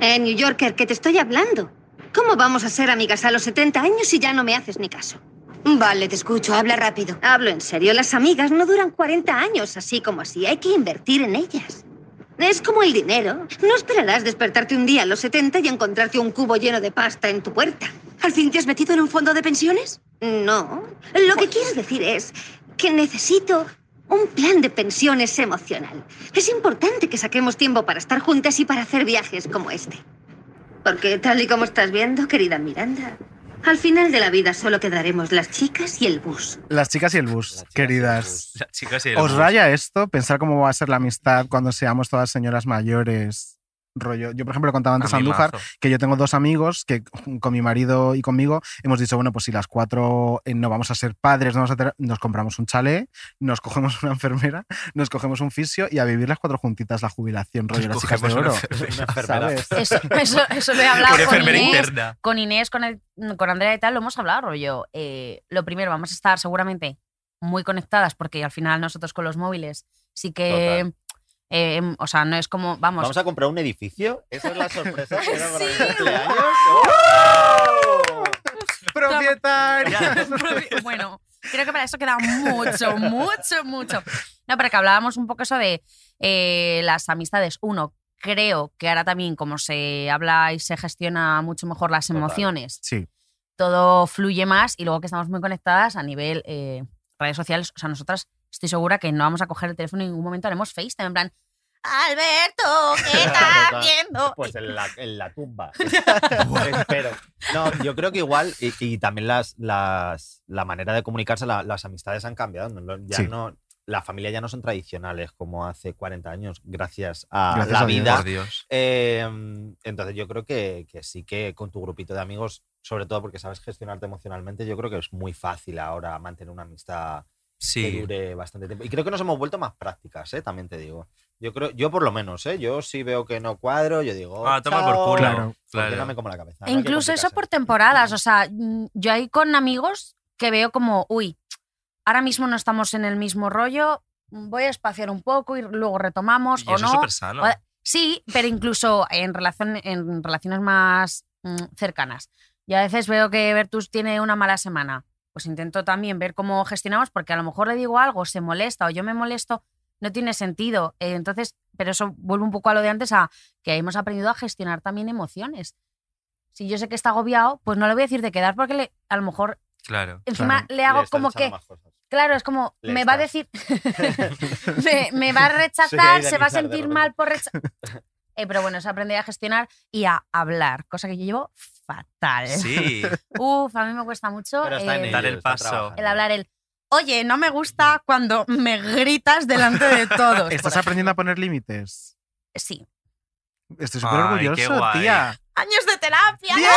F: Eh, New Yorker, que te estoy hablando. ¿Cómo vamos a ser amigas a los 70 años si ya no me haces ni caso? Vale, te escucho, habla rápido. Hablo en serio, las amigas no duran 40 años así como así, hay que invertir en ellas. Es como el dinero. No esperarás despertarte un día a los 70 y encontrarte un cubo lleno de pasta en tu puerta. ¿Al fin te has metido en un fondo de pensiones? No. Lo que quiero decir es que necesito un plan de pensiones emocional. Es importante que saquemos tiempo para estar juntas y para hacer viajes como este. Porque tal y como estás viendo, querida Miranda, al final de la vida solo quedaremos las chicas y el bus.
B: Las chicas y el bus,
H: Las chicas y el
B: queridas.
I: La chica sí.
B: ¿Os raya esto? Pensar cómo va a ser la amistad cuando seamos todas señoras mayores. Rollo. Yo, por ejemplo, le contaba antes a Andújar que yo tengo dos amigos que con mi marido y conmigo hemos dicho, bueno, pues si las cuatro eh, no vamos a ser padres, no vamos a tener- nos compramos un chalet, nos cogemos una enfermera, nos cogemos un fisio y a vivir las cuatro juntitas la jubilación, rollo las chicas de oro.
H: Una enfermera.
B: ¿sabes?
G: Eso, eso, eso lo he hablado
I: Una
G: con
I: enfermera
G: Inés,
I: interna.
G: con Inés, con, el- con Andrea y tal, lo hemos hablado, rollo. eh, lo primero, vamos a estar seguramente muy conectadas porque al final nosotros con los móviles sí que... eh, em, o sea, no es como, vamos,
H: Vamos a comprar un edificio. Esa es la sorpresa. que era para mi
G: Sí.
H: cumpleaños. ¡Oh!
B: ¡Propietaria!
G: bueno, creo que para eso queda mucho, mucho, mucho. No, pero que hablábamos un poco eso de eh, las amistades. Uno, creo que ahora también, como se habla y se gestiona mucho mejor las
H: Total.
G: emociones,
B: Sí,
G: todo fluye más y luego que estamos muy conectadas a nivel eh, redes sociales. O sea, nosotras estoy segura que no vamos a coger el teléfono en ningún momento, haremos FaceTime, en plan. Alberto, ¿qué
H: Total.
G: estás viendo?
H: Pues en la, en la tumba. Espero. No, yo creo que igual, y, y también las, las, la manera de comunicarse, la- las amistades han cambiado. ¿no? Lo- Ya
B: Sí.
H: no, la familia ya no son tradicionales como hace 40 años, gracias a
B: Gracias
H: la
B: a Dios.
H: vida.
I: Por Dios.
H: Eh, entonces yo creo que, que sí que con tu grupito de amigos, sobre todo porque sabes gestionarte emocionalmente, yo creo que es muy fácil ahora mantener una amistad que
I: Sí.
H: dure bastante tiempo. Y creo que nos hemos vuelto más prácticas, ¿eh? también te digo. Yo creo, yo por lo menos, ¿eh? yo si veo que no cuadro, yo digo,
I: Ah, toma por
H: "Chao".
I: culo.
B: Claro.
H: Porque
I: Claro.
H: no me como la cabeza. no
G: E
H: hay que
G: incluso eso por
H: complicarse.
G: temporadas. O sea, mm, yo ahí con amigos que veo como, uy, ahora mismo no estamos en el mismo rollo, voy a espaciar un poco y luego retomamos
I: Y
G: o
I: eso es
G: no.
I: súper sano.
G: O- Sí, pero incluso en, relación, en relaciones más mm, cercanas. Y a veces veo que Bertus tiene una mala semana. pues intento también ver cómo gestionamos, porque a lo mejor le digo algo, se molesta o yo me molesto, no tiene sentido. Eh, entonces, pero eso vuelve un poco a lo de antes, a que hemos aprendido a gestionar también emociones. Si yo sé que está agobiado, pues no le voy a decir de quedar porque le, a lo mejor
I: Claro.
G: encima
B: Claro.
G: le hago
H: estás
G: como
H: echando
G: que,
H: más cosas.
G: claro, es como,
H: Le
G: me va a decir, me, me va a rechazar, se va
H: Dani Sarda,
G: a sentir
H: perdón.
G: mal por rechazar. pero bueno, es aprender a gestionar y a hablar, cosa que yo llevo fatal.
I: Sí.
G: Uf, a mí me cuesta mucho.
H: Pero está en
G: eh,
H: ello,
I: Dar el
H: está
I: paso.
H: trabajando.
G: el hablar el oye, no me gusta cuando me gritas delante de todos.
B: Estás
G: por
B: aprendiendo a poner límites.
G: ej- Sí.
B: Estoy súper
I: Ay, qué
B: orgulloso,
I: guay.
B: tía.
G: Años de terapia.
B: ¡Bien!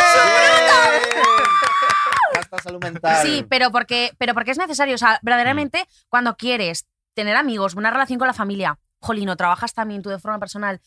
H: Hasta salud mental.
G: Sí, pero porque, pero porque es necesario. O sea, verdaderamente, cuando quieres tener amigos, una relación con la familia, jolino, trabajas también tú de forma personal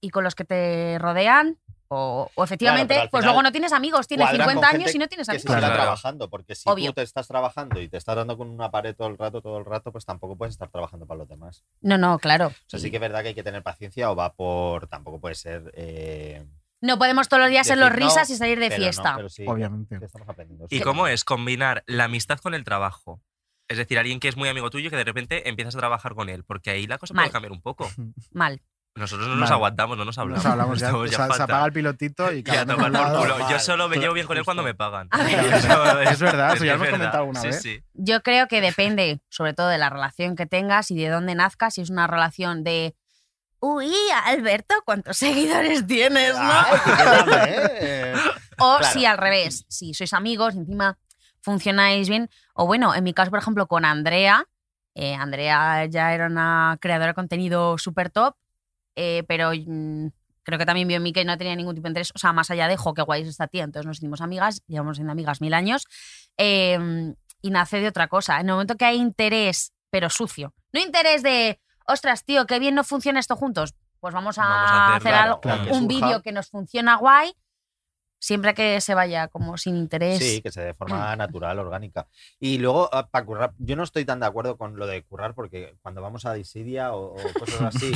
G: y con los que te rodean, o, o efectivamente,
H: pero al
G: pues
H: final
G: luego no tienes amigos, tienes
H: Cuadran con
G: 50 años
H: gente
G: y no tienes
H: que
G: amigos.
H: se está
I: Claro.
H: trabajando, porque si
G: Obvio.
H: tú te estás trabajando y te estás dando con una pared todo el rato, todo el rato, pues tampoco puedes estar trabajando para los demás.
G: No, no, claro.
H: O sea, sí que es verdad que hay que tener paciencia o va por. Tampoco puede ser. eh,
G: No podemos todos los días ser los
H: decir no,
G: risas y salir de
H: pero no,
G: fiesta.
H: pero sí,
B: Obviamente.
H: que estamos aprendiendo.
I: ¿Y
H: Sí.
I: cómo es combinar la amistad con el trabajo? Es decir, alguien que es muy amigo tuyo y que de repente empiezas a trabajar con él, porque ahí la cosa
G: Mal.
I: puede cambiar un poco.
G: Mal.
I: Nosotros no nos
B: Mal.
I: aguantamos, no nos hablamos.
B: Nos hablamos ya.
I: Estamos
B: o sea, se
I: fatal.
B: apaga el pilotito y
I: Y a
B: cada uno
I: tomar
B: por un
I: por
B: lado.
I: culo. Yo solo me
B: Claro,
I: llevo bien con él cuando me
B: justo.
I: pagan.
G: A ver.
I: Eso
B: Es verdad, eso ya
I: es
B: lo hemos
I: verdad.
B: comentado alguna
I: Sí,
B: vez.
I: sí.
G: Yo creo que depende, sobre todo, de la relación que tengas y de dónde nazcas. Si es una relación de. Uy, Alberto, ¿cuántos seguidores tienes? ¿no?
H: Ay, qué dame, eh.
G: O
H: Claro.
G: si al revés, si sois amigos y encima funcionáis bien. O bueno, en mi caso, por ejemplo, con Andrea. eh, Andrea ya era una creadora de contenido súper top, eh, pero mm, creo que también vio en mí que no tenía ningún tipo de interés. O sea, más allá de, jo, qué guay es esta tía. Entonces nos hicimos amigas, llevamos siendo amigas mil años. eh, y nace de otra cosa. En el momento que hay interés, pero sucio. No interés de, ostras, tío, qué bien no funciona esto juntos. Pues vamos a,
I: Vamos a hacer,
G: hacer,
I: claro,
G: algo,
I: claro, que
G: un
B: surja.
G: vídeo que nos funciona guay siempre que se vaya como sin interés.
H: Sí, que se de forma natural, orgánica. Y luego, para currar, yo no estoy tan de acuerdo con lo de currar, porque cuando vamos a disidia o, o cosas así,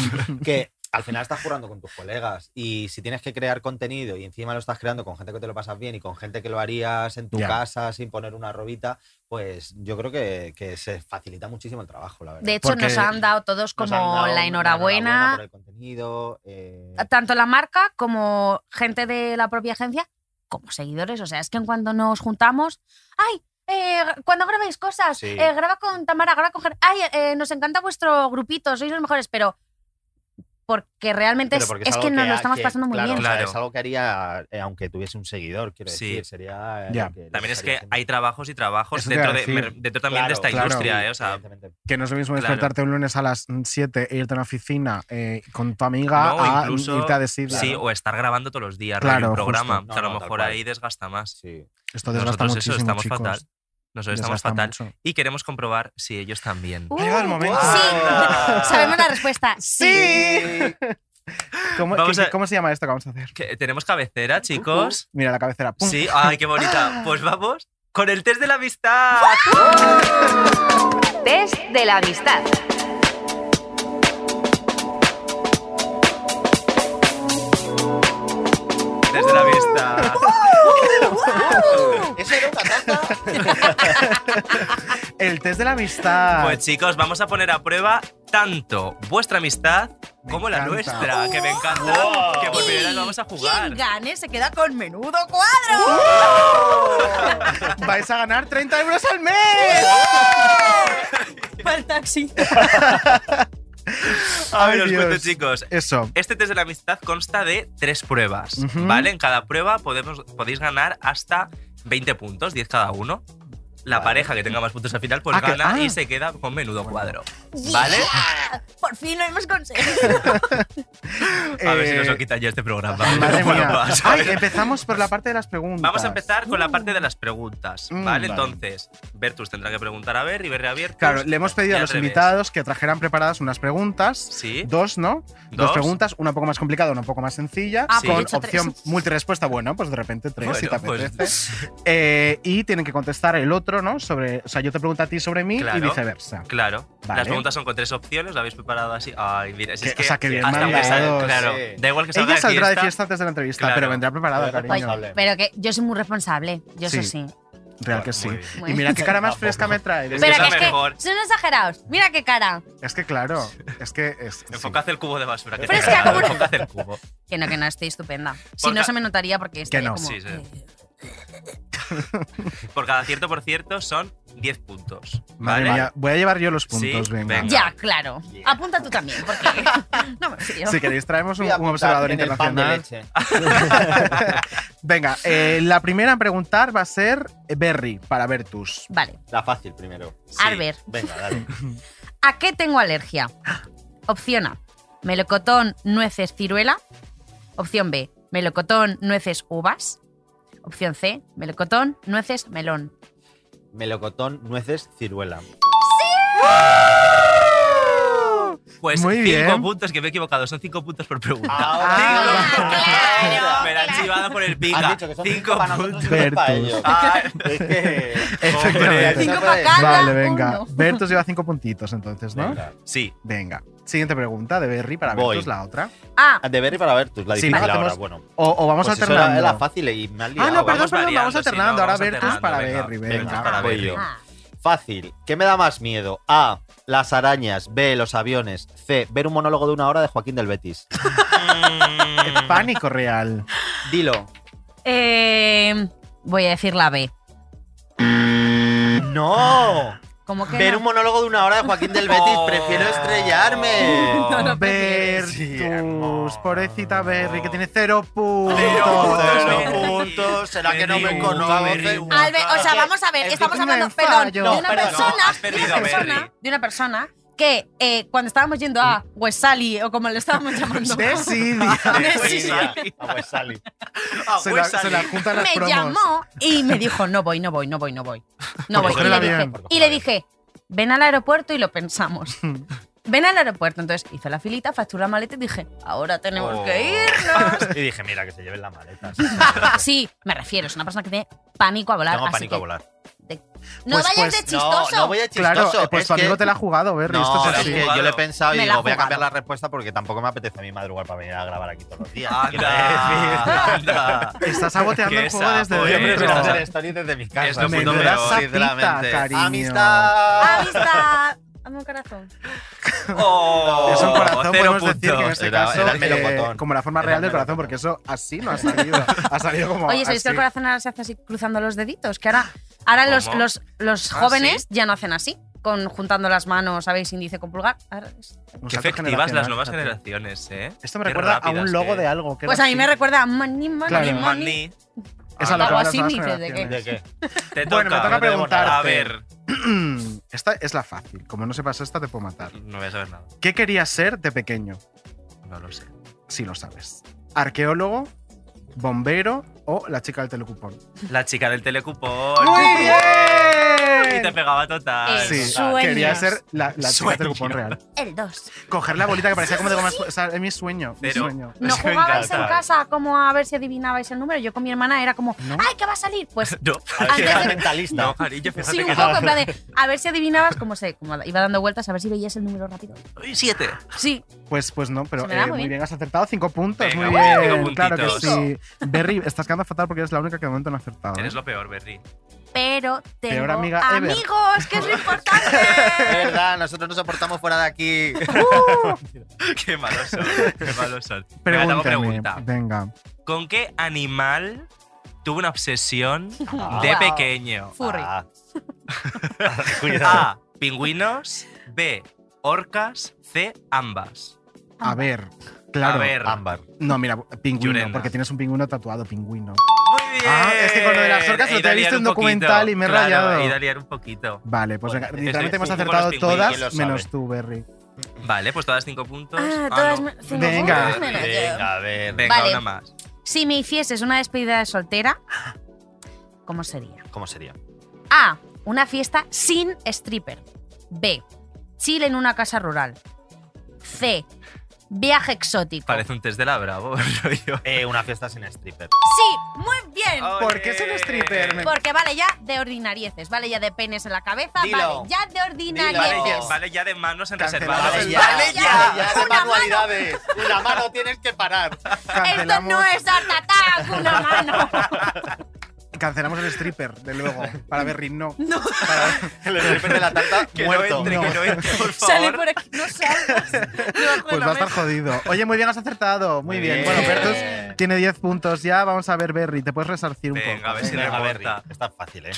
H: que al final estás currando con tus colegas y si tienes que crear contenido y encima lo estás creando con gente que te lo pasas bien y con gente que lo harías en tu
B: Ya.
H: casa sin poner una robita, pues yo creo que, que se facilita muchísimo el trabajo, la verdad.
G: De hecho,
B: Porque
G: nos han dado
H: Nos
G: todos como
H: han dado
G: la
H: una
G: enhorabuena,
H: por el contenido. eh,
G: tanto la marca como gente de la propia agencia, como seguidores. O sea, es que en cuanto nos juntamos, ¡ay! eh, cuando grabáis cosas,
H: Sí.
G: Eh, graba con Tamara, graba con Ger- ¡Ay! eh, nos encanta vuestro grupito, sois los mejores, pero porque realmente
H: Pero
G: es,
H: porque
G: es
H: algo
G: que nos lo
H: ha-
G: estamos
H: que,
G: pasando muy
H: claro,
G: bien.
H: o sea,
I: Claro.
H: es algo que haría eh, aunque tuviese un seguidor, quiero
I: Sí.
H: decir. Sería. eh,
B: Ya.
H: lo que- lo
I: También es
H: estaría
I: que
H: haciendo.
I: hay trabajos y trabajos
B: Eso te
I: dentro,
B: iba a
I: de, me-
B: decir.
I: dentro también de
H: Claro,
I: esta
B: claro.
I: industria, ¿eh? O sea,
H: Evidentemente.
B: Que no es lo mismo
I: Claro.
B: despertarte un lunes a las 7 e irte a una oficina eh, con tu amiga
I: No,
B: a
I: incluso-
B: irte a decir.
I: sí, o estar grabando todos los días
B: Claro,
I: radio, un programa,
B: justo.
I: que a lo
H: No, no, tal
I: mejor
H: cual.
I: ahí desgasta más.
H: Sí.
B: Esto desgasta
I: Nosotros eso,
B: muchísimo,
I: estamos
B: chicos.
I: fatal. Nosotros estamos
B: Desgasta
I: fatal
B: mucho.
I: y queremos comprobar si ellos también.
G: Uh,
B: Ha llegado el momento.
G: sí, sabemos la respuesta. Sí.
B: ¿Cómo,
I: Vamos
B: qué-
I: a-
B: cómo se llama esto que vamos a hacer?
I: ¿Qué- ¿Tenemos cabecera, chicos?
B: Mira la cabecera. ¡pum!
I: Sí, ay, qué
B: Ah.
I: bonita. Pues vamos con el test de la amistad. ¡Oh!
J: Test de la amistad.
I: Test de la amistad.
H: Eso era una taza.
B: El test de la amistad.
I: Pues chicos, vamos a poner a prueba tanto vuestra amistad
B: Me
I: como la
B: encanta. ¡Oh!
I: nuestra, que me encanta, que por primera vez vamos a jugar.
G: Quien gane se queda con menudo cuadro.
B: Vais a ganar 30 euros al mes.
G: Para el ¡Oh! taxi.
I: A ver,
B: Ay,
I: os
B: Dios.
I: cuento, chicos.
B: Eso.
I: Este test de la amistad consta de tres pruebas,
B: Ujú.
I: ¿vale? En cada prueba podemos, podéis ganar hasta 20 puntos, 10 cada uno. La
H: Vale.
I: pareja que tenga más puntos al final, pues
B: Ah, que-
I: gana
B: ah.
I: y se queda con menudo cuadro. ¿Vale?
G: Por fin lo hemos conseguido.
I: A ver si
B: Eh,
I: nos lo quitan ya este programa.
B: Madre
I: Bueno,
B: mía.
I: vas, a
B: Ay,
I: ver.
B: empezamos por la parte de las preguntas.
I: Vamos a empezar con la parte de las preguntas,
B: Mm, vale.
I: ¿vale? Entonces, Bertus tendrá que preguntar a Berry, Berry a Bertus.
B: Claro, le hemos pedido
I: y
B: a
I: al
B: los
I: revés.
B: invitados que trajeran preparadas unas preguntas.
I: Sí.
B: Dos, ¿no? Dos,
I: Dos.
B: preguntas, una un poco más complicada, una un poco más sencilla,
G: Ah,
I: Sí.
B: con
G: pues he hecho tres.
B: opción multirespuesta. Bueno, pues de repente tres, si te
I: Bueno,
B: apetece.
I: pues,
B: Eh, y tienen que contestar el otro, ¿no? Sobre, o sea, yo te pregunto a ti sobre mí y
I: Claro.
B: viceversa.
I: Claro.
B: Vale.
I: Las preguntas son con tres opciones, la habéis preparado así. Ay, mira, si
B: Que-
I: es que
B: o sea, que bien
I: hasta aunque salga-
B: mandados,
I: claro,
H: sí.
I: da igual que salga
B: Ella saldrá de
I: fiesta,
B: fiesta antes de la entrevista,
I: Claro.
B: pero vendrá preparada,
H: Pero
B: cariño.
H: responsable.
G: Pero que yo soy muy responsable, yo
B: Sí.
G: eso sí.
B: Real que sí.
I: Muy bien.
B: Y mira qué cara más fresca me trae.
I: Es que
K: Pero
I: es
K: que
I: la
K: es que
I: mejor.
K: son exagerados. Mira qué cara.
B: Es que claro, es que es. sí.
I: Enfocad el cubo de basura. Que
K: Pero es
I: te
K: que
I: he dado,
K: como-
I: enfocad el cubo.
K: Que no, que no, estoy estupenda. Si
I: Porque-
K: no, se me notaría porque estoy
B: no,
K: como...
I: sí, sí.
K: eh,
I: Por cada cierto por cierto son 10 puntos.
B: Madre
I: ¿vale?
B: mía, voy a llevar yo los
I: Sí,
B: puntos, venga.
I: venga.
K: Ya, claro. Apunta tú también, porque no me fío.
B: Si queréis, traemos un,
H: Voy a
B: un observador
H: apuntar en el pan de leche.
B: internacional. Venga, eh, la primera en preguntar va a ser Berry para Vertus.
K: Vale,
H: La fácil primero.
K: Arber,
H: Venga, dale.
K: ¿a qué tengo alergia? Opción A, melocotón, nueces, ciruela. Opción B, melocotón, nueces, uvas. Opción C, melocotón, nueces, melón.
H: Melocotón, nueces, ciruela.
I: Pues
B: Muy
I: 5
B: bien.
I: puntos, que me he equivocado. Son 5 puntos por pregunta.
H: Ah,
I: Cinco
H: vale.
I: puntos.
H: Claro,
I: me la han chivado por el pica.
H: Has dicho que son cinco,
I: Cinco Ah.
H: para
I: puntos.
H: nosotros y dos para
B: Vertus.
H: ellos.
I: Ay,
H: Es que.
B: Efectivamente.
H: Hombre,
K: Cinco
H: no
K: para
H: puede-
K: cada
B: Vale, venga.
K: uno.
B: Vertus lleva cinco puntitos entonces, ¿no? Venga.
H: Venga.
I: sí,
B: Siguiente pregunta de Berry para
H: Voy.
B: Vertus, la otra.
K: A,
H: Ah, De Berry para Vertus, la
B: Sí,
H: difícil
B: vale.
H: ahora,
B: Hacemos-
H: bueno.
B: O, o vamos
H: Pues eso era-
B: alternando.
H: era la fácil y me has liado.
B: ah, no, perdón,
I: vamos
B: perdón, vamos
I: variando,
B: alternando.
I: sí, no,
B: Ahora
I: vamos
B: Vertus
I: alternando,
B: para
I: venga.
B: Berry, venga.
H: Venga,
I: para
H: voy
I: Berry.
H: yo.
K: Ah.
H: Fácil. ¿Qué me da más miedo? A. Las arañas. B. Los aviones. C. Ver un monólogo de una hora de Joaquín del Betis.
B: Qué pánico real.
H: Dilo.
K: eh, voy a decir la B.
H: ¡No!
K: Como que
H: Ver
K: no?
H: un monólogo de una hora de Joaquín del Betis. Prefiero estrellarme.
K: No lo prefieres.
B: Vertus, pobrecita Berry, que tiene cero puntos.
I: Cero puntos,
H: Cero
I: Berry.
H: puntos. ¿Será que no me
I: Berry, Berry,
H: conoces?
K: Albe- o sea, vamos a ver,
H: Es que
K: estamos
B: tú me
K: hablando,
B: enfado.
K: perdón, de
B: No,
K: una
H: perdón,
I: no,
K: persona,
I: has
K: de una
I: perdido, Berry.
K: persona, de una persona que eh, cuando estábamos yendo
H: Mm.
K: a West Sally o como le estábamos llamando,
B: Desidia.
I: Desidia.
H: Ah, pues sale.
I: Ah,
B: Se la,
I: pues
B: se
I: salí.
B: la juntan las
K: me
B: promos.
K: llamó y me dijo, no voy, no voy, no voy, no voy, no
B: Por
K: voy. Y
B: cogerla
K: le, dije,
B: bien.
K: y le dije, ven al aeropuerto y lo pensamos. Ven al aeropuerto. Entonces hizo la filita, facturó la maleta y dije, ahora tenemos
H: Oh.
K: que irnos.
H: Y dije, mira, que se lleven la maleta.
K: Sí, me refiero, es una persona que tiene pánico a volar.
H: Tengo
K: así
H: pánico
K: que
H: a volar.
K: de- no
B: Pues-
K: vayas
B: pues,
K: de
H: No,
K: chistoso.
H: no voy a
B: Claro,
H: chistoso.
B: eh, pues
H: es
B: tu amigo
H: que-
B: te la ha jugado, Berry. esto
H: No,
B: es
I: se la
H: es
B: así.
I: ha
H: que
I: jugado.
H: yo le he pensado y
K: Me la
H: digo,
K: ha
H: voy a cambiar la
K: jugado.
H: respuesta porque tampoco me apetece a mí madrugar para venir a grabar aquí todos los días. Quiero
I: Anda,
H: decir.
I: anda.
B: Está saboteando
I: Qué
B: el juego desde
I: sapo, eh,
H: Siempre
B: dentro.
I: estás
H: estás en stories desde mi casa.
I: Es lo
H: sí,
I: puto
H: pero,
I: peor.
H: sinceramente.
B: Sapita, cariño.
K: Ah.
H: Amistad.
K: Amistad. Hazme un corazón.
I: Oh,
B: Es un corazón,
I: cero
B: podemos decir que en
I: puntos.
B: este
H: Era-
B: caso,
H: era el
B: eh,
H: melocotón.
B: como la forma
H: Era
B: real
H: el
B: del corazón,
H: melocotón.
B: porque eso así no ha salido. ha salido como
K: Oye, ¿sabéis que el
B: así.
K: corazón ahora se hace Oh, así cruzando los deditos? Que ahora, ahora los,
I: ¿Cómo?
K: los, los
I: Ah,
K: jóvenes ya no hacen así, con juntando las manos, ¿sabéis? Índice con pulgar. Ahora es-
B: Un
I: Qué
B: salto
I: efectivas las
B: generacional,
I: nuevas
B: fíjate.
I: generaciones, ¿eh?
B: Esto me
I: Qué
B: recuerda a
I: rápidas,
B: un logo
I: eh.
B: de algo. que
K: Pues
B: era
K: a mí me
B: así.
K: recuerda money, money,
B: Claro.
K: money.
I: Manny,
B: Es a lo que
K: Algo
B: van las
K: así
B: nuevas
K: me dices de que-
B: generaciones.
H: ¿De qué?
I: te
B: Bueno, me toca
I: no tenemos nada. A ver,
B: preguntarte. Esta es la fácil. Como no sepas esta, te puedo matar.
I: no voy a saber nada.
B: ¿Qué querías ser de pequeño?
I: No lo sé.
B: Si lo sabes. ¿Arqueólogo, bombero o la chica del telecupón?
I: La chica del telecupón. Y te pegaba total.
K: Eh,
B: Sí, ah,
K: Sueños.
B: quería ser la, la chica
I: Sueño.
B: del telecupón real.
K: El 2.
B: Coger la bolita que parecía como de goma espo- o sea, es mi sueño. Mi
I: Pero-
B: sueño.
K: ¿No
I: Eso me
K: jugabais en
I: encanta.
K: casa como a ver si adivinabais el número? Yo con mi hermana era como,
B: ¿No?
K: ¡ay, que va a salir! Pues
I: No, ah,
H: A ver si
K: Antes
H: eras
K: de-
H: mentalista.
I: no, cariño, fíjate
K: sí, un
I: que
K: poco, en plan de, a ver si adivinabas, como sé, como iba dando vueltas, a ver si veías el número rápido.
I: Uy, siete.
K: Sí,
B: Pues, pues no, pero
K: Se me
B: eh,
K: da muy
B: muy
K: bien.
B: bien, has acertado cinco puntos.
I: Venga,
B: muy
I: voy,
B: bien.
I: cinco puntitos.
B: claro que sí. Berry, estás quedando fatal porque eres la única que de momento no ha acertado. ¿eh?
I: Eres lo peor, Berry.
K: pero tengo
B: Peor amiga ever.
K: amigos, que es lo importante.
H: Es verdad, nosotros nos soportamos fuera de aquí.
I: Qué malos son. Qué malos son. Venga, te
B: Pregúntame.
I: hago pregunta.
B: Venga.
I: ¿Con qué animal tuvo una obsesión de
K: Wow.
I: pequeño?
K: Ah, Furry.
H: Ah.
B: Ah.
I: A. Pingüinos. B. Orcas. C. Ambas.
B: A ver. Claro.
I: A ver.
H: Ámbar.
B: No, mira, pingüino,
I: Yurena.
B: porque tienes un pingüino tatuado, pingüino.
I: Muy bien.
B: Ah, es que con lo de las orcas
I: He
B: lo
I: ido
B: te he
I: a liar
B: visto en
I: un poquito.
B: documental y me he
I: Claro,
B: rayado.
I: He ido a liar un poquito.
B: Vale, pues
H: Bueno,
B: venga,
I: estoy-
B: literalmente hemos
I: estoy con
B: acertado
I: los pingüinos,
B: todas,
H: ¿quién lo sabe?
B: menos tú, Berry.
I: Vale, pues todas cinco puntos.
K: Ah,
I: Ah,
K: todas
I: no.
K: Pues me- cinco
B: Venga.
K: puntos menos yo.
H: Venga, a ver.
I: Venga,
K: Vale.
I: una más.
K: Si me hicieses una despedida de soltera, ¿cómo sería?
H: ¿Cómo sería?
K: A. Una fiesta sin stripper. B. Chile en una casa rural. C. Viaje exótico.
I: Parece un test de la Bravo, rollo.
H: Eh, una fiesta sin stripper.
K: Sí, muy bien.
B: ¿Por qué soy un stripper? Me-
K: Porque vale ya de ordinarieces, vale ya de penes en la cabeza,
H: Dilo.
K: vale ya de
I: Vale
K: ordinarieces.
I: ya, vale ya de manos en
B: Cancelado
I: reservado.
B: el-
K: Vale ya.
H: de
K: Una mano.
H: manualidades. Una mano tienes que parar.
K: Esto no es art attack, una mano.
B: Cancelamos el stripper de luego. Para Berry, no.
G: No,
B: Para-
H: El stripper de la tarta
I: Que
H: muerto.
I: no entre, que no entre, por
G: sale
I: favor.
G: por aquí, no salgas. debajo de
B: Pues
G: la
B: va a estar
G: mesa.
B: jodido. Oye, muy bien, has acertado. Muy bien. Bueno, Pertus tiene 10 puntos ya. Vamos a ver, Berry, te puedes resarcir un
I: Venga,
B: poco. ¿eh?
I: a ver si
H: Venga,
I: Venga,
H: Berry,
I: Berta.
H: Está fácil, ¿eh?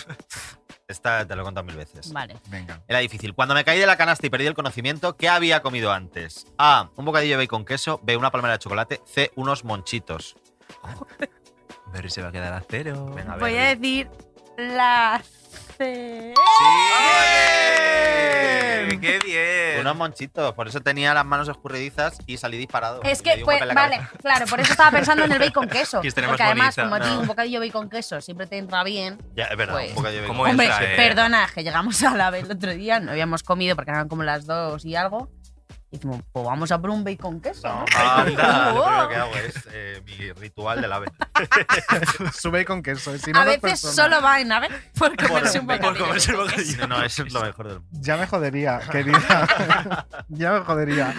H: Esta te lo he contado mil veces.
G: Vale.
B: Venga.
H: Era difícil. Cuando me caí de la canasta y perdí el conocimiento, ¿qué había comido antes? A. Un bocadillo de bacon queso. B. Una palmera de chocolate. C. Unos monchitos.
I: Berry se va a quedar a cero.
H: Venga,
G: Voy a
H: Berry.
G: decir la C.
I: ¡Sí! ¡Qué bien!
H: Unos monchitos. Por eso tenía las manos escurridizas y salí disparado.
G: Es
H: Le
G: que,
H: di un
G: pues,
H: golpe en la
G: vale,
H: cabeza.
G: claro, por eso estaba pensando en el bacon queso.
I: Aquí tenemos
G: Porque además,
I: bonita,
G: como a ti
I: ¿no?
G: un bocadillo bacon queso siempre te entra bien.
H: Ya, es verdad.
G: Pues,
H: un bocadillo de bacon
I: ¿cómo
H: queso.
G: Hombre,
I: entra, eh?
G: perdona, que llegamos a la vez el otro día, no habíamos comido porque eran como las dos y algo. Y dijimos, pues vamos a por un bacon queso, ¿no?
H: No, anda,
G: Wow.
H: lo primero que hago es eh, mi ritual del ave.
B: Sube con queso. eh, Si no,
G: A
B: dos
G: veces
B: personas.
G: solo va en ave por comerse un
I: Por
G: bocadillo.
I: comerse el bocadillo.
H: No, no, eso es lo mejor del mundo.
B: Ya me jodería, querida. ya me jodería.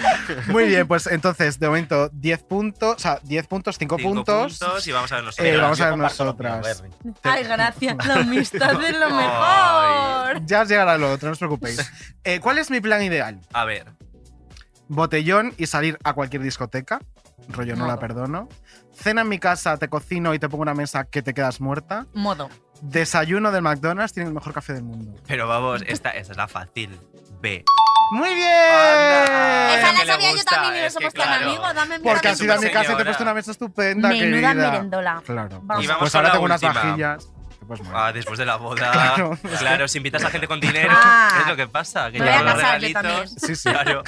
B: Muy bien, pues entonces, de momento, 10 puntos. O sea, 10 puntos, 5
I: Cinco
B: puntos.
I: puntos y vamos a ver
B: Eh,
I: nosotros.
B: vamos a
H: Yo
B: ver
H: comparto lo
B: nosotras.
H: mío, Berry.
G: Ay, gracias, la amistad es lo
I: Ay.
G: mejor.
B: Ya os llegará lo otro, no os preocupéis. Eh, ¿Cuál es mi plan ideal?
I: A ver,
B: Botellón y salir a cualquier discoteca. Rollo, no la
G: Modo.
B: perdono. Cena en mi casa, te cocino y te pongo una mesa que te quedas muerta.
G: Modo.
B: Desayuno del McDonald's, tienen el mejor café del mundo.
I: pero vamos, esta, esta es la fácil. B.
B: ¡Muy bien!
I: Anda.
G: Ojalá
I: que le
G: sabía yo
I: gusta,
G: también y no
I: es que
G: somos tan
I: claro.
G: amigos. Dame mi
B: Porque
I: Una
B: has ido a mi casa y te he
I: señora.
B: puesto una mesa estupenda,
G: Menuda
B: querida.
G: merendola.
B: Claro.
G: Vamos.
I: Y vamos
B: pues
I: a
B: ahora
I: la
B: tengo unas
I: última.
B: vajillas. que Pues bueno.
I: Ah, después de la boda.
B: Claro.
I: Claro, si invitas a gente con dinero,
G: Ah.
I: es lo que pasa. Que
G: Me voy a
I: llevan los
G: casar yo
I: regalitos.
B: Sí,
G: también.
B: sí.
I: Claro.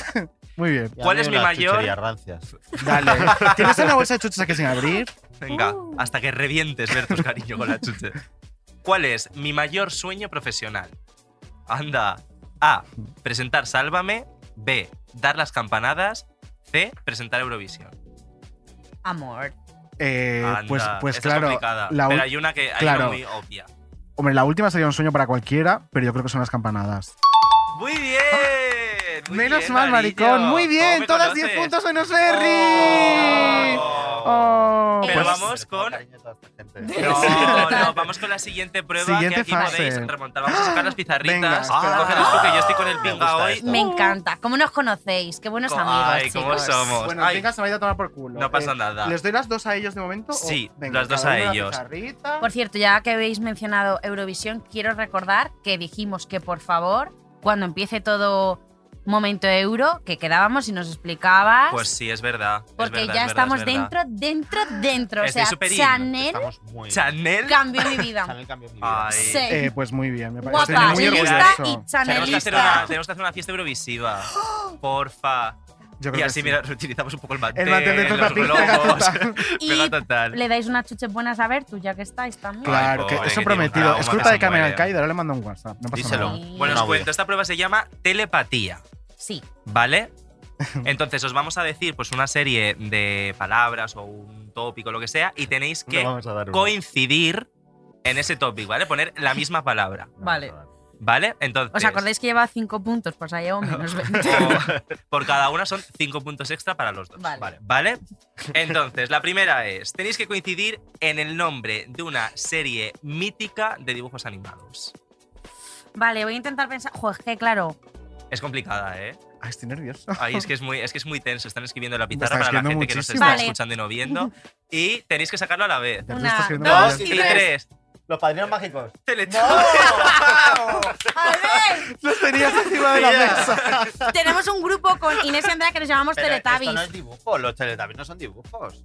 B: Muy bien.
H: Y a
I: ¿Cuál
H: mí
I: es mi
H: unas
I: mayor?
H: chucherías rancias.
B: Dale. ¿Tienes una bolsa de chuches aquí sin abrir?
I: Venga,
G: Uh.
I: hasta que revientes ver tus cariño con la chuche.
B: Eh,
I: ¿Cuál es mi mayor sueño profesional? Anda. A. Presentar Sálvame. B. Dar las campanadas. C. Presentar Eurovisión.
G: Amor.
B: Eh,
I: Anda,
B: pues pues
I: esta
B: claro.
I: Es complicada,
B: la
I: pero
B: ul-
I: hay una que hay
B: claro.
I: una muy obvia.
B: Hombre, la última sería un sueño para cualquiera, pero yo creo que son las campanadas.
I: Muy
B: ¡Eh!
I: bien. muy
B: Menos
I: bien,
B: mal,
I: Darillo.
B: maricón. Muy bien,
I: ¿Cómo me
B: todas
I: conoces?
B: 10 puntos menos Ferry. Oh,
I: Pero
B: pues-
I: vamos con-
H: Cariño a toda esta gente.
I: No, no, vamos con la siguiente prueba
B: Siguiente
I: que aquí
B: fase.
I: podéis remontar. Vamos a sacar las
B: Venga,
I: pizarritas.
B: espera.
I: Cógelas tú, que yo estoy con
H: ah,
I: el
H: Me
I: pinga
H: gusta
I: hoy.
H: esto.
G: Me encanta. ¿Cómo nos conocéis? Qué buenos
I: Co-
G: amigos.
I: Ay, cómo
G: chicos.
I: somos.
B: pues, Bueno,
I: Ay.
B: venga, se me ha ido a tomar por culo.
I: No pasa
B: Eh,
I: nada.
B: ¿Les doy las dos a ellos de momento? o-
I: Sí,
B: Venga,
I: las dos
B: cada
I: a
B: uno una
I: ellos.
B: pizarrita.
G: Por cierto, ya que habéis mencionado Eurovisión, quiero recordar que dijimos que por favor, cuando empiece todo momento euro, que quedábamos y nos explicabas.
I: Pues sí, es verdad. es
G: porque
I: verdad,
G: ya
I: es verdad,
G: estamos
I: es verdad.
G: dentro, dentro, dentro. O
I: Estoy
G: sea,
I: súper in.
G: Chanel
H: Estamos muy.
I: Chanel.
G: cambió mi vida.
H: Chanel cambió mi vida.
I: Ay.
G: Sí.
B: Eh, pues muy bien, me parece.
G: Guapa,
B: Estoy muy
G: feminista
B: orgulloso.
G: y
I: Tenemos que, hacer
G: chanelista.
I: una, tenemos que hacer una fiesta eurovisiva. Porfa.
B: Yo creo
I: Y
B: que
I: así,
B: sí.
I: mira, reutilizamos un poco el mantel.
B: El mantel de
I: los
B: Peppa Pig,
I: globos.
B: pega total.
G: Y
I: Pega total.
G: Le dais unas chuches buenas a ver, tú ya que estáis también.
B: Claro,
I: Ay,
B: que
I: pobre,
B: eso
I: que tiene un
B: prometido.
I: trauma
B: Es
I: que
B: culpa de
I: se
B: Carmen
I: muere.
B: Alcaide, ahora le mando un WhatsApp. No pasa
H: Díselo.
B: nada.
I: Bueno,
H: No,
I: os
H: voy.
I: cuento, esta prueba se llama telepatía,
G: Sí.
I: ¿vale? Entonces os vamos a decir pues una serie de palabras o un tópico, lo que sea, y tenéis
H: Le
I: que
H: vamos a dar uno.
I: coincidir en ese tópico, ¿vale? Poner la misma palabra,
H: Le vamos a
G: Vale.
H: dar.
I: ¿vale? Entonces,
G: ¿Os acordáis que lleva 5 puntos? Pues ha llevado menos 20.
I: o- por cada una son cinco puntos extra para los dos.
G: Vale.
I: ¿Vale? Entonces, la primera es, tenéis que coincidir en el nombre de una serie mítica de dibujos animados.
G: Vale, voy a intentar pensar. Joder, es que claro.
I: Es complicada, ¿eh?
B: Ay, estoy nervioso.
I: Ay, es que es muy, es que es muy tenso. Están escribiendo en la
B: Está
I: pizarra para la gente
B: escribiendo
I: que nos
B: muchísimo.
I: está
G: Vale.
I: escuchando y no viendo. Y tenéis que sacarlo a la vez.
B: Ya te
G: Una,
B: estás escribiendo
G: dos
B: varias.
I: Y
G: y
I: tres.
H: Los padrinos mágicos.
I: Teletubbies.
G: A ver,
B: Los tenías encima de la
H: Yeah.
B: mesa.
G: tenemos un grupo con Inés y Andrea que nos llamamos
H: Pero
G: Teletubbies.
H: Esto no es dibujo, los Teletubbies no son dibujos.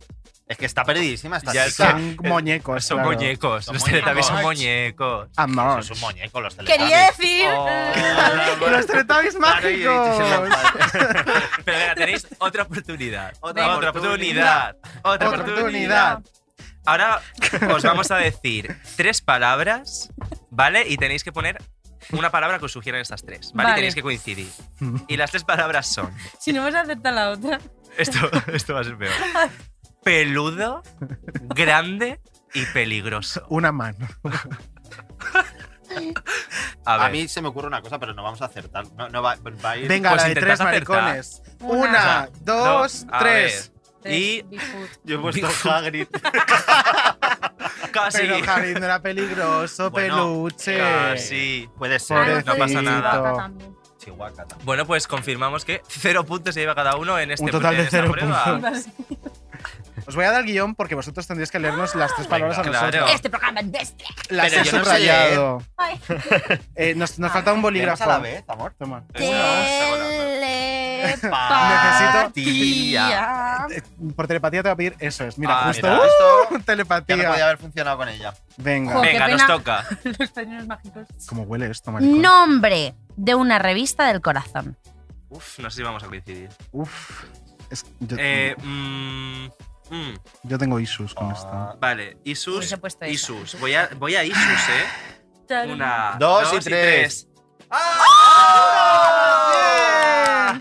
H: Es que está perdidísima esta
I: Ya
H: chica.
B: Son muñecos.
I: Son
B: claro.
I: muñecos.
H: Son
I: Los Teletubbies son muñecos.
B: Amor.
H: Eso Es un muñeco, los Teletubbies. Oh.
G: Quería decir.
B: Ah, Los Teletubbies
H: Claro, yo he dicho, son
B: mágicos.
H: los padres.
I: Pero venga, tenéis otra oportunidad.
H: Otra
I: otra
H: oportunidad.
I: oportunidad. Otra
B: Otra
I: oportunidad. Ahora os vamos a decir tres palabras, ¿vale? Y tenéis que poner una palabra que os sugieran estas tres, ¿vale? Y
G: Vale.
I: tenéis que coincidir. Y las tres palabras son...
G: Si no vas a aceptar la otra.
I: Esto, esto va a ser peor. Peludo, grande y peligroso.
B: Una mano.
I: A ver,
H: A mí se me ocurre una cosa, pero no vamos a acertar. No, no va, va a ir.
B: Venga,
I: Pues
B: la de
I: intentad
B: tres
I: acertar.
B: maricones.
G: Una,
B: Una, dos,
I: dos, a
B: tres.
I: ver. Y
G: Bigfoot.
H: yo he puesto Hagrid.
I: Casi.
B: Pero Karim no era peligroso,
I: Bueno,
B: peluche.
I: Casi.
H: Puede
G: Ah,
H: ser.
B: Pobrecito.
I: no pasa nada.
G: Chihuahua también.
H: Chihuahua también.
I: Bueno, pues confirmamos que cero puntos se lleva cada uno en este
B: Un total
I: en
B: de
I: esta
B: cero
I: prueba.
B: puntos. Os voy a dar guión porque vosotros tendríais que leernos las tres palabras
I: venga,
B: a
I: claro.
B: nosotros.
G: Este programa es bestia.
B: Las
I: Pero
B: he
I: yo no sé
B: subrayado.
G: Ay.
B: Eh, nos nos falta un
H: Leemos
B: bolígrafo.
H: a la vez, amor.
B: Toma.
G: Tele-
B: Necesito-
G: Tía.
B: Eh, Por telepatía te voy a pedir eso es. Mira,
I: Ah,
B: justo.
I: mira,
B: ¡uh!
H: Ya no podía
B: telepatía.
H: haber funcionado con ella.
B: Venga.
G: Joder.
I: Venga,
G: qué
I: nos
G: pena.
I: toca.
G: Los padrinos mágicos.
B: ¿Cómo huele esto, maricón?
G: Nombre de una revista del corazón.
I: Uf, no sé si vamos a coincidir.
B: Uf. Es- yo,
I: Eh, mm, mm,
B: yo tengo issues con
H: Ah,
B: esto.
I: vale,
G: Pues
I: Isus.
G: he puesto esa.
I: Isus. Voy a, voy a Isus, ¿eh? Una,
H: Ah, Dos y tres.
I: ¡Ah!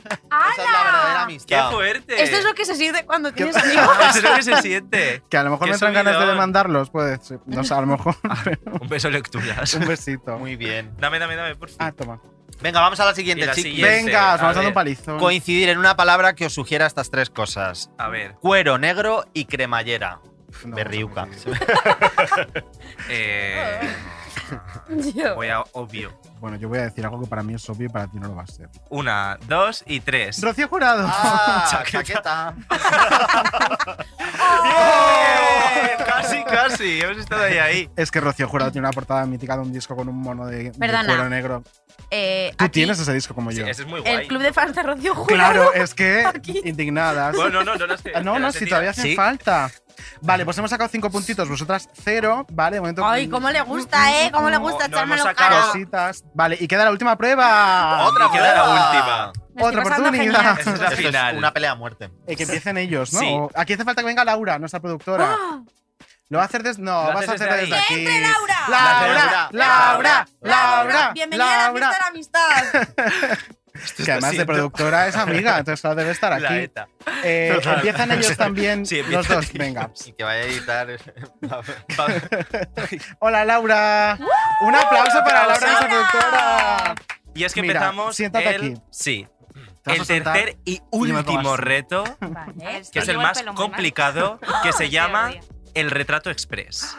H: Esa es la verdadera
I: ¡Qué
H: amistad.
I: fuerte!
G: Esto es lo que se siente cuando tienes
B: ¿Qué-
G: amigos.
I: Eso es lo que se siente.
B: Que a lo mejor
I: Qué
B: me entran ganas de
I: subidón.
B: demandarlos, puede ser. No sé, a lo mejor.
I: Un beso lecturas.
B: un besito.
H: Muy bien.
I: Dame, dame, dame, por
B: Ah,
I: favor.
B: toma.
H: Venga, vamos a la
I: Y
H: siguiente,
I: la
H: chiqui.
I: siguiente.
B: Venga, os
I: a
B: vamos dando
I: ver.
B: un palizón.
H: Coincidir en una palabra que os sugiera estas tres cosas.
I: A ver,
H: Cuero negro y cremallera.
B: Pf, no,
H: Berriuca.
B: vamos a ver.
I: eh,
G: Yo.
I: voy a obvio.
B: Bueno, yo voy a decir algo que para mí es obvio y para ti no lo va a ser.
I: Una, dos y tres.
B: Rocío Jurado.
H: Ah,
I: Chaqueta.
H: chaqueta.
I: ¡Bien! ¡Eh! Casi, casi. Hemos estado ahí, ahí.
B: Es que Rocío Jurado tiene una portada mítica de un disco con un mono de, de
G: Perdona.
B: cuero negro.
G: Eh,
B: Tú
G: aquí,
B: tienes ese disco como
I: Sí,
B: yo.
I: ese es muy guay.
G: el club de fans de Rocío Jurado.
B: Claro, es que
G: Aquí.
B: indignadas.
I: Bueno, no, no, no. es que-
B: Ah, no,
I: que
B: no,
I: las he
B: si
I: tirado.
B: todavía hace
I: Sí.
B: falta. Vale, pues hemos sacado cinco puntitos, vosotras cero. Vale, de momento.
G: Ay, cómo le gusta, ¿eh? Cómo le gusta
I: No, no hemos
G: echármelo en
I: sacado
G: cara.
I: sí.
B: Cositas. Vale, y queda la última prueba.
I: Otra
H: Y
I: queda la
H: prueba.
I: última.
G: Me estoy
B: Otra
G: pasando
B: oportunidad.
G: genial.
I: Esa es la
H: Esto
I: final.
H: Es una pelea a muerte.
B: Eh, que empiecen ellos, ¿no?
I: Sí.
B: O- Aquí hace falta que venga Laura, nuestra productora.
G: Ah,
B: Lo va a hacer desde. No,
I: Lo
B: vas a
I: haces
B: hacer desde
I: desde
B: aquí.
G: Laura!
B: ¡Laura!
H: Laura,
B: ¡Laura! ¡Laura!
G: Bienvenida a la fiesta de
B: ¡Laura!
G: la amistad.
I: Esto
B: Que
I: está
B: además de
I: siendo
B: productora es amiga, entonces claro, debe estar
I: la
B: aquí.
I: ETA.
B: Eh, empiezan ellos también,
I: Sí,
B: los
I: empiezan
B: dos, venga.
H: Y que vaya a editar. la-
B: Hola Laura. Un aplauso para Laura, nuestra
G: Laura.
B: productora.
I: Y es que
B: Mira,
I: empezamos.
B: siéntate
I: el-
B: aquí.
I: Sí.
B: Te vas
I: El
B: a sentar
I: tercer y
B: me pongo
I: último
B: así.
I: reto,
G: Vale. eh,
I: que es el más complicado, que se llama el retrato express.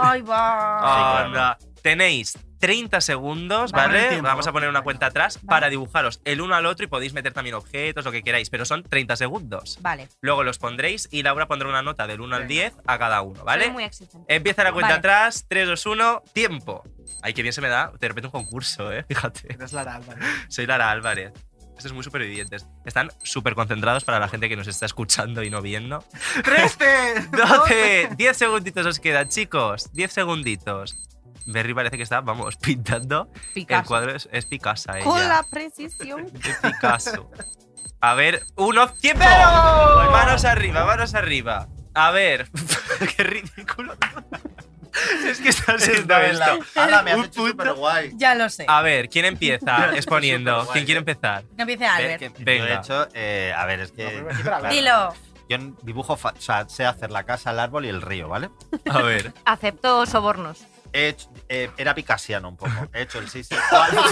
G: Ay, va.
I: Anda. Tenéis 30 segundos,
B: Vamos
I: ¿vale?
B: al tiempo.
I: Vamos a poner una cuenta atrás para dibujaros el uno al otro y podéis meter también objetos, lo que queráis, pero son 30 segundos.
K: Vale.
I: Luego los pondréis y Laura pondrá una nota del 1 al 10 a cada uno,
K: Soy
I: ¿vale?
K: muy exigente.
I: Empieza la cuenta
K: Vale.
I: atrás, 3, 2, 1, tiempo. Ay, qué bien se me da de repente un concurso, ¿eh? Fíjate.
B: Eres Lara Álvarez.
I: Soy Lara Álvarez. Estos muy supervivientes. Están súper concentrados para la gente que nos está escuchando y no viendo.
B: ¡Treste!
I: 12, 10 segunditos os quedan, chicos. 10 segunditos. Berry parece que está, vamos, pintando. El
K: Picasso.
I: cuadro es, es Picasso. Ella.
K: Con la precisión.
I: De Picasso. A ver, uno, tiempo. Manos arriba, manos arriba. A ver, qué ridículo. es que está siendo esto.
H: Ala, me has
I: Un
H: hecho súper guay.
G: Ya lo sé.
I: A ver, ¿quién empieza exponiendo?
H: Superguay.
I: ¿Quién quiere empezar?
G: Que empiece Albert.
H: Yo he
I: Venga.
H: hecho, eh, a ver, es que.
B: No, pero-
H: claro,
G: Dilo.
H: Yo dibujo, fa- o sea, sé hacer la casa, el árbol y el río, ¿vale?
I: A ver.
K: Acepto sobornos.
H: He hecho- eh, era picasiano un poco. He hecho el 6 y el 4.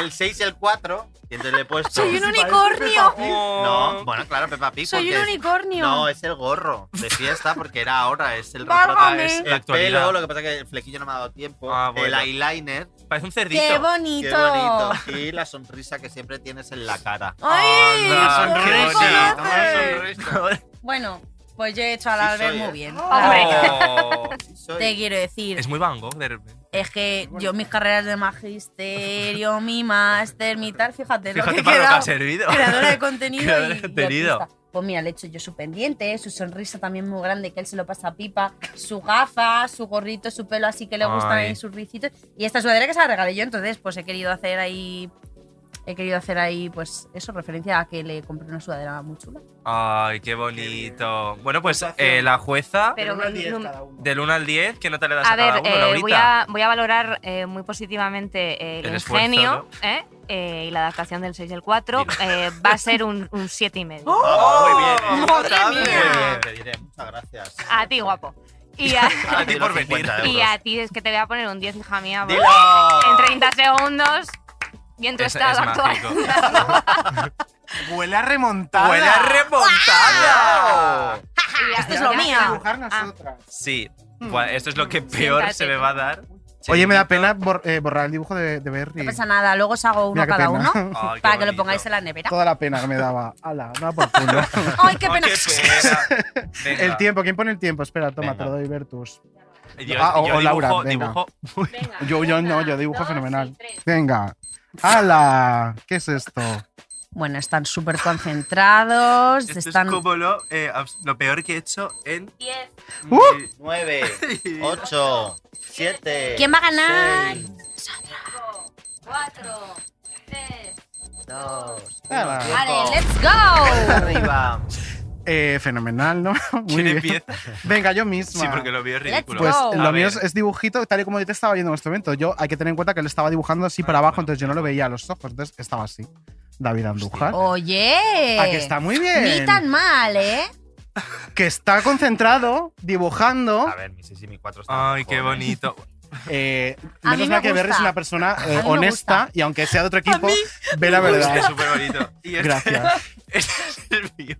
H: el 6 y el 4. Y entonces le he puesto.
K: Soy un unicornio.
G: Oh,
H: No, bueno, claro, Peppa Pig.
G: Soy
H: porque
G: un
H: es-
G: unicornio.
H: No, es el gorro de fiesta porque era ahora, es el
G: Válgame.
H: es el
I: La actualidad.
H: pelo, lo que pasa es que el flequillo no me ha dado tiempo,
I: Ah, bueno.
H: el eyeliner,
I: Parece un
G: ¡Qué
I: cerdito.
G: bonito!
H: qué bonito, y la sonrisa que siempre tienes en la cara.
K: Ah.
G: ¡Ay!
I: Anda,
G: ¿cómo
I: qué
G: conoces?
I: bonito.
H: Una sonrisa.
G: Bueno, pues yo he hecho al
H: Sí
G: Albert
H: soy,
G: muy
H: ¿eh?
G: bien.
I: Oh.
H: Sí,
G: Te
H: soy.
G: quiero decir,
I: Es muy Van Gogh de repente.
G: es que yo mis carreras de magisterio, mi máster, mi tal, fíjate, lo
I: Fíjate
G: que
I: para lo que
G: queda.
I: ha servido.
G: Creadora de contenido
I: Creadora
G: y,
I: de contenido.
G: y artista. Pues mira, le he hecho yo su pendiente, su sonrisa también muy grande que él se lo pasa a pipa, su gafa, su gorrito, su pelo así que le gustan
I: Ay.
G: ahí sus ricitos y esta sudadera que se la regalé yo, entonces pues he querido hacer ahí he querido hacer ahí pues eso referencia a que le compré una sudadera muy chula.
I: Ay, qué bonito. Bueno, pues eh, la jueza
K: Pero
B: Una
K: me-
B: diez
K: no-
B: cada uno.
I: del 1 al 10, ¿qué nota le das a,
K: a ver,
I: cada uno,
K: eh,
I: Laurita?
K: voy, a, voy a valorar eh, muy positivamente eh, el,
I: El esfuerzo,
K: ingenio ¿eh? Eh, y la adaptación del 6 y el 4. eh, va a ser un 7 y medio.
H: Ah,
G: Oh,
H: muy bien.
I: ¡Madre
H: Muy bien,
I: mía!
H: te diré, muchas gracias.
K: A ti, guapo. Y a,
I: A ti por
H: Los 50
I: venir.
K: y
H: euros.
K: a ti es que te voy a poner un 10, hija mía.
H: Dilo.
K: porque En 30 segundos y en tu
I: Es-
K: estado
I: es
K: actual.
I: mágico.
B: Huele a remontada.
I: ¡Buena remontada!
K: Y ya-
G: Esto es
K: ya
G: lo
K: está.
G: mío. Ah.
B: dibujar nosotras.
I: Sí, Buah, Esto es lo
G: Mm.
I: que peor
K: Siéntate.
I: se me va a dar.
B: Oye, me da pena bor- eh, borrar el dibujo de, de Berry.
G: No pasa nada, luego os hago uno
B: Mira, qué
G: cada
B: pena.
G: uno
I: Ay, qué
G: para que lo
I: bonito.
G: pongáis en la nevera.
B: Toda la pena que me daba. Ala, no por culo.
G: ¡Ay, qué
I: Ay,
G: pena!
I: qué pena. Venga.
B: el tiempo, ¿quién pone el tiempo? Espera, toma,
H: Venga.
B: te lo doy Bertus.
I: Yo-
B: Ah, o-
I: yo
B: o Laura,
I: dibujo-
B: venga.
I: dibujo-
B: Yo, yo no, yo dibujo fenomenal. Venga. ¡Hala! ¿Qué es esto?
G: Bueno, están súper concentrados,
I: Esto
G: están...
I: es como lo, eh, abs- lo peor que he hecho en.
B: ¡Uh!
H: 9, 8, 7.
G: ¿Quién va a ganar?
K: 4, 3.
H: 2.
B: Ala.
G: Vale, let's go.
H: Arriba.
B: Eh, fenomenal, ¿no? Muy
I: ¿Quién
B: bien.
I: empieza?
B: Venga, yo misma.
I: Sí, porque lo mío es ridículo.
B: Pues
G: No.
I: A
B: lo mío es,
I: ver.
B: es dibujito, tal y como yo te estaba viendo en este momento. Yo hay que tener en cuenta que él estaba dibujando así
I: Ah,
B: para abajo,
I: bueno.
B: entonces yo no lo veía a los ojos, entonces estaba así. David Andújar.
G: Oye.
B: Ah, que está muy
G: Ni
B: bien.
G: tan mal, ¿eh?
B: Que está concentrado, dibujando.
H: A ver, mi 6 y mi 4 están.
I: Ay, qué
H: jóvenes.
I: bonito.
B: Eh,
G: A mí
B: menos
G: me
B: mal que
G: gusta.
B: Berry es una persona eh,
G: A mí me
B: honesta
G: gusta.
B: y aunque sea de otro equipo, ve la
I: Este Es
B: verdad.
I: súper bonito. Y este-
B: Gracias.
I: Este es el mío.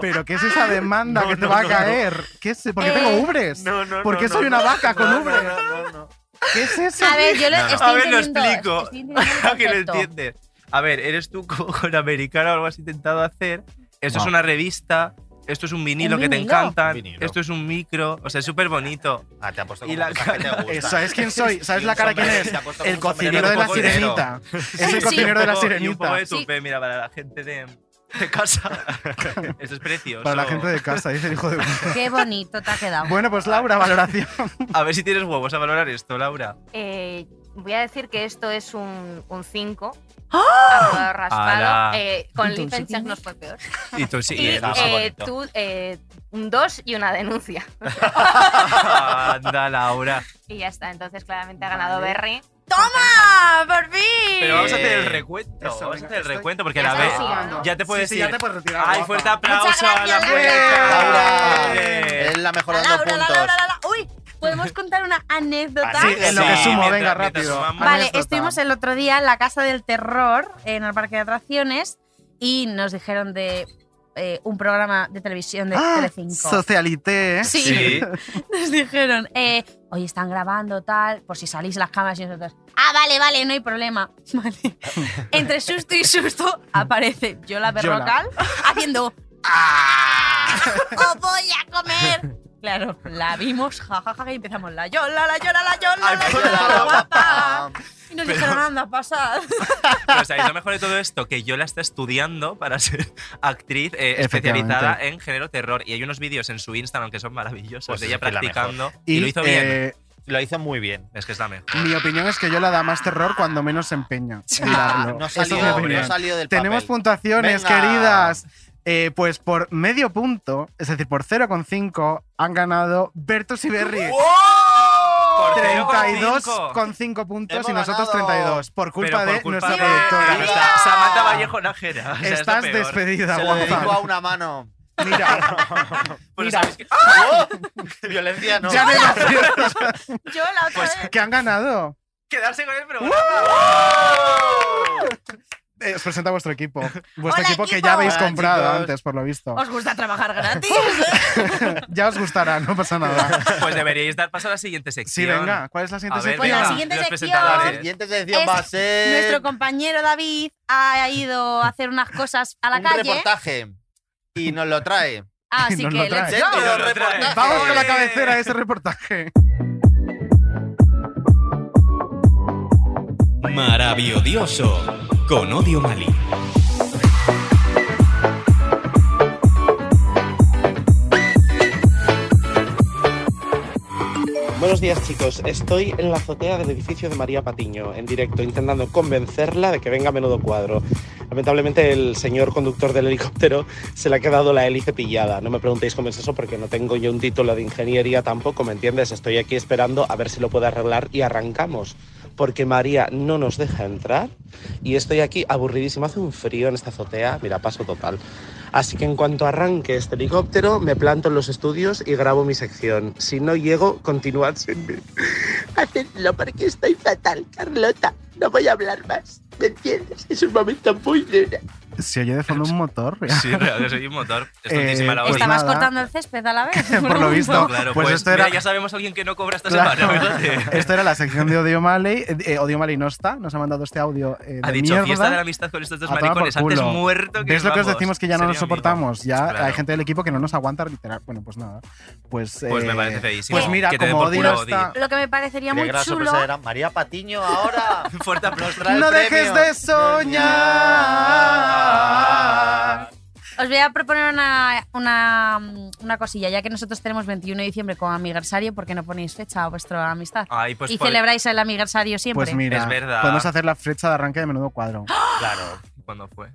B: Pero ¿qué es esa demanda
I: No,
B: que te
I: no,
B: va a
I: no,
B: caer? ¿Qué es? ¿Por qué
G: Eh,
B: tengo ubres?
I: No, no,
B: ¿Por
I: no,
B: qué
I: no,
B: soy una
I: no.
B: vaca con
I: No,
B: ubres?
I: no, no, no, no.
B: ¿Qué es eso?
G: A ver, yo lo
I: No, no.
G: estoy
I: A ver, lo
G: entendiendo, estoy
I: explico.
G: entendiendo el
I: Claro que lo
G: concepto.
I: entiendes. A ver, eres tú como con americana o algo has intentado hacer. Esto es
B: Guau.
I: una revista. Esto es un vinilo, que te
G: vinilo?
I: encantan.
H: Un vinilo.
I: Esto es un micro. O sea, es súper bonito.
H: Ah, te ha puesto
I: Y
H: como
I: la
H: cosas que te
I: cara-
H: gustan.
B: Eh, ¿Sabes quién soy? ¿Sabes
H: Y
B: la
H: un
B: cara quién
H: sombrero
B: es?
H: que te ha puesto como
B: El
H: un sombrero
B: cocinero de la
H: cocinero.
B: sirenita. Es
G: Sí,
B: el
G: sí.
B: cocinero de la
I: Y un poco
B: sirenita.
I: de tupé, mira, para la gente de, de casa. Esto es precioso.
B: Para la gente de casa, dice el hijo de puta.
G: Qué bonito te ha quedado.
B: Bueno, pues Laura, valoración.
I: A ver si tienes huevos a valorar esto, Laura.
K: Eh, voy a decir que esto es Mm, un 5. raspado.
I: Ala.
K: Eh, con
G: Entonces,
K: Liechtenstein
G: ¿tienes?
K: nos fue peor.
I: Y tú sí.
K: Y
I: eh,
H: está
K: eh,
H: bonito.
K: tú, eh, un 2 y una denuncia.
I: Anda, Laura.
K: Y ya está. Entonces, claramente ha ganado
G: Vale.
K: Berry.
G: ¡Toma! ¡Por fin!
I: Pero vamos a hacer el
H: Eh,
I: recuento.
B: eso,
I: vamos a
B: venga,
I: hacer el
B: estoy-
I: recuento
K: Ya
I: porque la
K: está,
I: vez.
K: sí, ganó.
I: Ya te puedes
B: Sí, sí,
I: ir.
B: ya te puedes retirar.
I: ¡Ay,
B: guapa.
I: fuerte aplauso
G: Muchas
I: a la
G: gracias,
I: puerta!
H: ¡Eh! Laura.
I: ¡Ole!
H: Es la mejor
G: La,
H: dando
G: la, la, la,
H: puntos.
G: la, la, la. Uy, ¿podemos contar una
I: Ah,
G: anécdota?
H: Sí,
B: en lo que sumo,
I: mientras-
B: venga,
I: mientras
B: rápido.
I: sumamos.
G: Vale,
B: Anécdota.
G: estuvimos el otro día en la Casa del Terror, en el parque de atracciones, y nos dijeron de eh, un programa de televisión de
B: Ah,
G: Telecinco.
B: Socialité.
G: Sí.
I: Sí.
G: Nos dijeron, eh, hoy están grabando tal, por si salís las cámaras y nosotros, ah, vale, vale, no hay problema. Vale. Entre susto y susto aparece Yola Berrocal haciendo, ¡ah! ¡Os voy a comer! Claro, la vimos, jajaja, y empezamos la Yola, la Yola, la Yola, la Yola, la
H: Ah,
G: guapa. Y nos dijeron, anda, pasad.
I: Pero sabéis Pues lo mejor de todo esto, que yo la está estudiando para ser actriz eh, especializada en género terror. Y hay unos vídeos en su Instagram que son maravillosos
H: Pues
I: de
H: es
I: ella
H: que es la
I: practicando. Y, lo hizo bien.
B: eh,
H: Lo hizo muy bien.
I: Es que es la mejor.
B: mi opinión es que yo la da más terror cuando menos se empeña. en darlo.
H: Ah, no,
B: Esa es mi
H: salió,
B: opinión.
H: no salió del
B: Tenemos
H: papel.
B: puntuaciones,
H: Venga.
B: queridas. Eh, pues por medio punto, es decir, por 0,5, han ganado Bertus y Berry.
H: ¡Oh!
I: Por 0,5.
B: 32,5 puntos
H: Hemos
B: y nosotros
H: ganado.
B: 32. Por culpa
I: Pero por
B: de
I: culpa
B: nuestra
I: de-
B: productora.
I: de nuestra Samantha Vallejo Najera. O sea, es lo
B: Estás
I: peor.
B: despedida,
H: Se lo dedico a
B: guapa.
H: una mano. ¡Oh!
B: Mira,
I: Bueno,
B: Mira.
I: ¿sabéis ¡Ah! qué?
H: Violencia no.
B: ya me imagino
G: Yola,
I: Pues
G: otra vez.
B: que han ganado.
I: Quedarse con el programa.
H: ¡Oh!
B: Eh, os presenta vuestro equipo. Vuestro
G: Hola,
B: equipo, que
G: equipo.
B: ya habéis
H: Hola,
B: comprado
H: chicos.
B: antes, por lo visto.
G: Os gusta trabajar gratis.
B: ya os gustará, no pasa nada.
I: Pues deberíais dar paso a la siguiente
B: Sí,
I: sección.
B: venga, ¿cuál es la siguiente
I: A ver,
G: Pues la
I: venga,
B: sección?
G: siguiente
I: los
G: sección.
H: La
I: presentadores.
H: siguiente sección
G: Es
H: va a ser.
G: Nuestro compañero David ha ido a hacer unas cosas a la
H: un
G: calle.
H: reportaje. Y nos lo trae.
G: Así
B: Nos
G: Ah, que
B: lo
G: let's
B: trae.
G: go.
H: Centro de
I: Nos lo trae.
H: reportaje.
B: Vamos con la
I: Eh.
B: cabecera de ese reportaje.
A: Maravilloso con Odio Mali.
E: Buenos días chicos, estoy en la azotea del edificio de María Patiño, en directo, intentando convencerla de que venga a menudo cuadro. Lamentablemente el señor conductor del helicóptero se le ha quedado la hélice pillada. No me preguntéis cómo es eso porque no tengo yo un título de ingeniería tampoco, ¿me entiendes? Estoy aquí esperando a ver si lo puedo arreglar y arrancamos. Porque María no nos deja entrar y estoy aquí aburridísimo. Hace un frío en esta azotea, mira, paso total. Así que en cuanto arranque este helicóptero, me planto en los estudios y grabo mi sección. Si no llego, continuad sin mí. Hacedlo porque estoy fatal, Carlota. No voy a hablar más. ¿Me entiendes? Es un momento muy duro.
B: Se oye de fondo un motor.
I: Sí, realmente soy un motor. Es
B: Eh,
I: tontísima la
B: pues
I: hostia.
G: Estabas
B: nada.
G: cortando el césped a la vez.
B: Por lo visto.
I: No, claro,
B: pues
I: pues,
B: esto era-
I: mira, ya sabemos a alguien que no cobra esta
B: Claro.
I: semana, ¿verdad? Eh,
B: Esto era la sección de Odio Maley. Eh, Odio Maley no está, nos ha mandado este audio. eh, de
I: Ha dicho
B: mierda.
I: fiesta de la amistad con estos dos
B: A tomar por
I: maricones. Antes
B: culo.
I: muerto que.
B: ¿Ves lo que os
I: vamos,
B: decimos que ya no
I: sería
B: nos
I: amigo.
B: soportamos? Ya
I: Claro.
B: hay gente del equipo que no nos aguanta literal. Bueno, pues nada. Pues,
I: Pues me
B: eh,
I: parece feísimo.
B: Pues mira,
I: Que te den
B: como
I: por
B: Odi
I: culo,
B: no
I: Odi.
B: está.
G: Lo que me parecería
H: Creía
G: muy
H: que la
G: chulo.
I: pues,
H: sorpresa era María Patiño ahora.
I: Fuerte aplauso.
B: No dejes de soñar.
I: eh.
G: Os voy a proponer una, una, una cosilla, ya que nosotros tenemos 21 de diciembre como aniversario, ¿por qué no ponéis fecha a vuestra amistad?
I: Ay, pues
G: y
I: por-
G: celebráis el aniversario siempre.
B: Pues mira,
I: Es verdad.
B: podemos hacer la flecha de arranque de menudo cuadro.
H: Claro.
I: ¿Cuándo fue?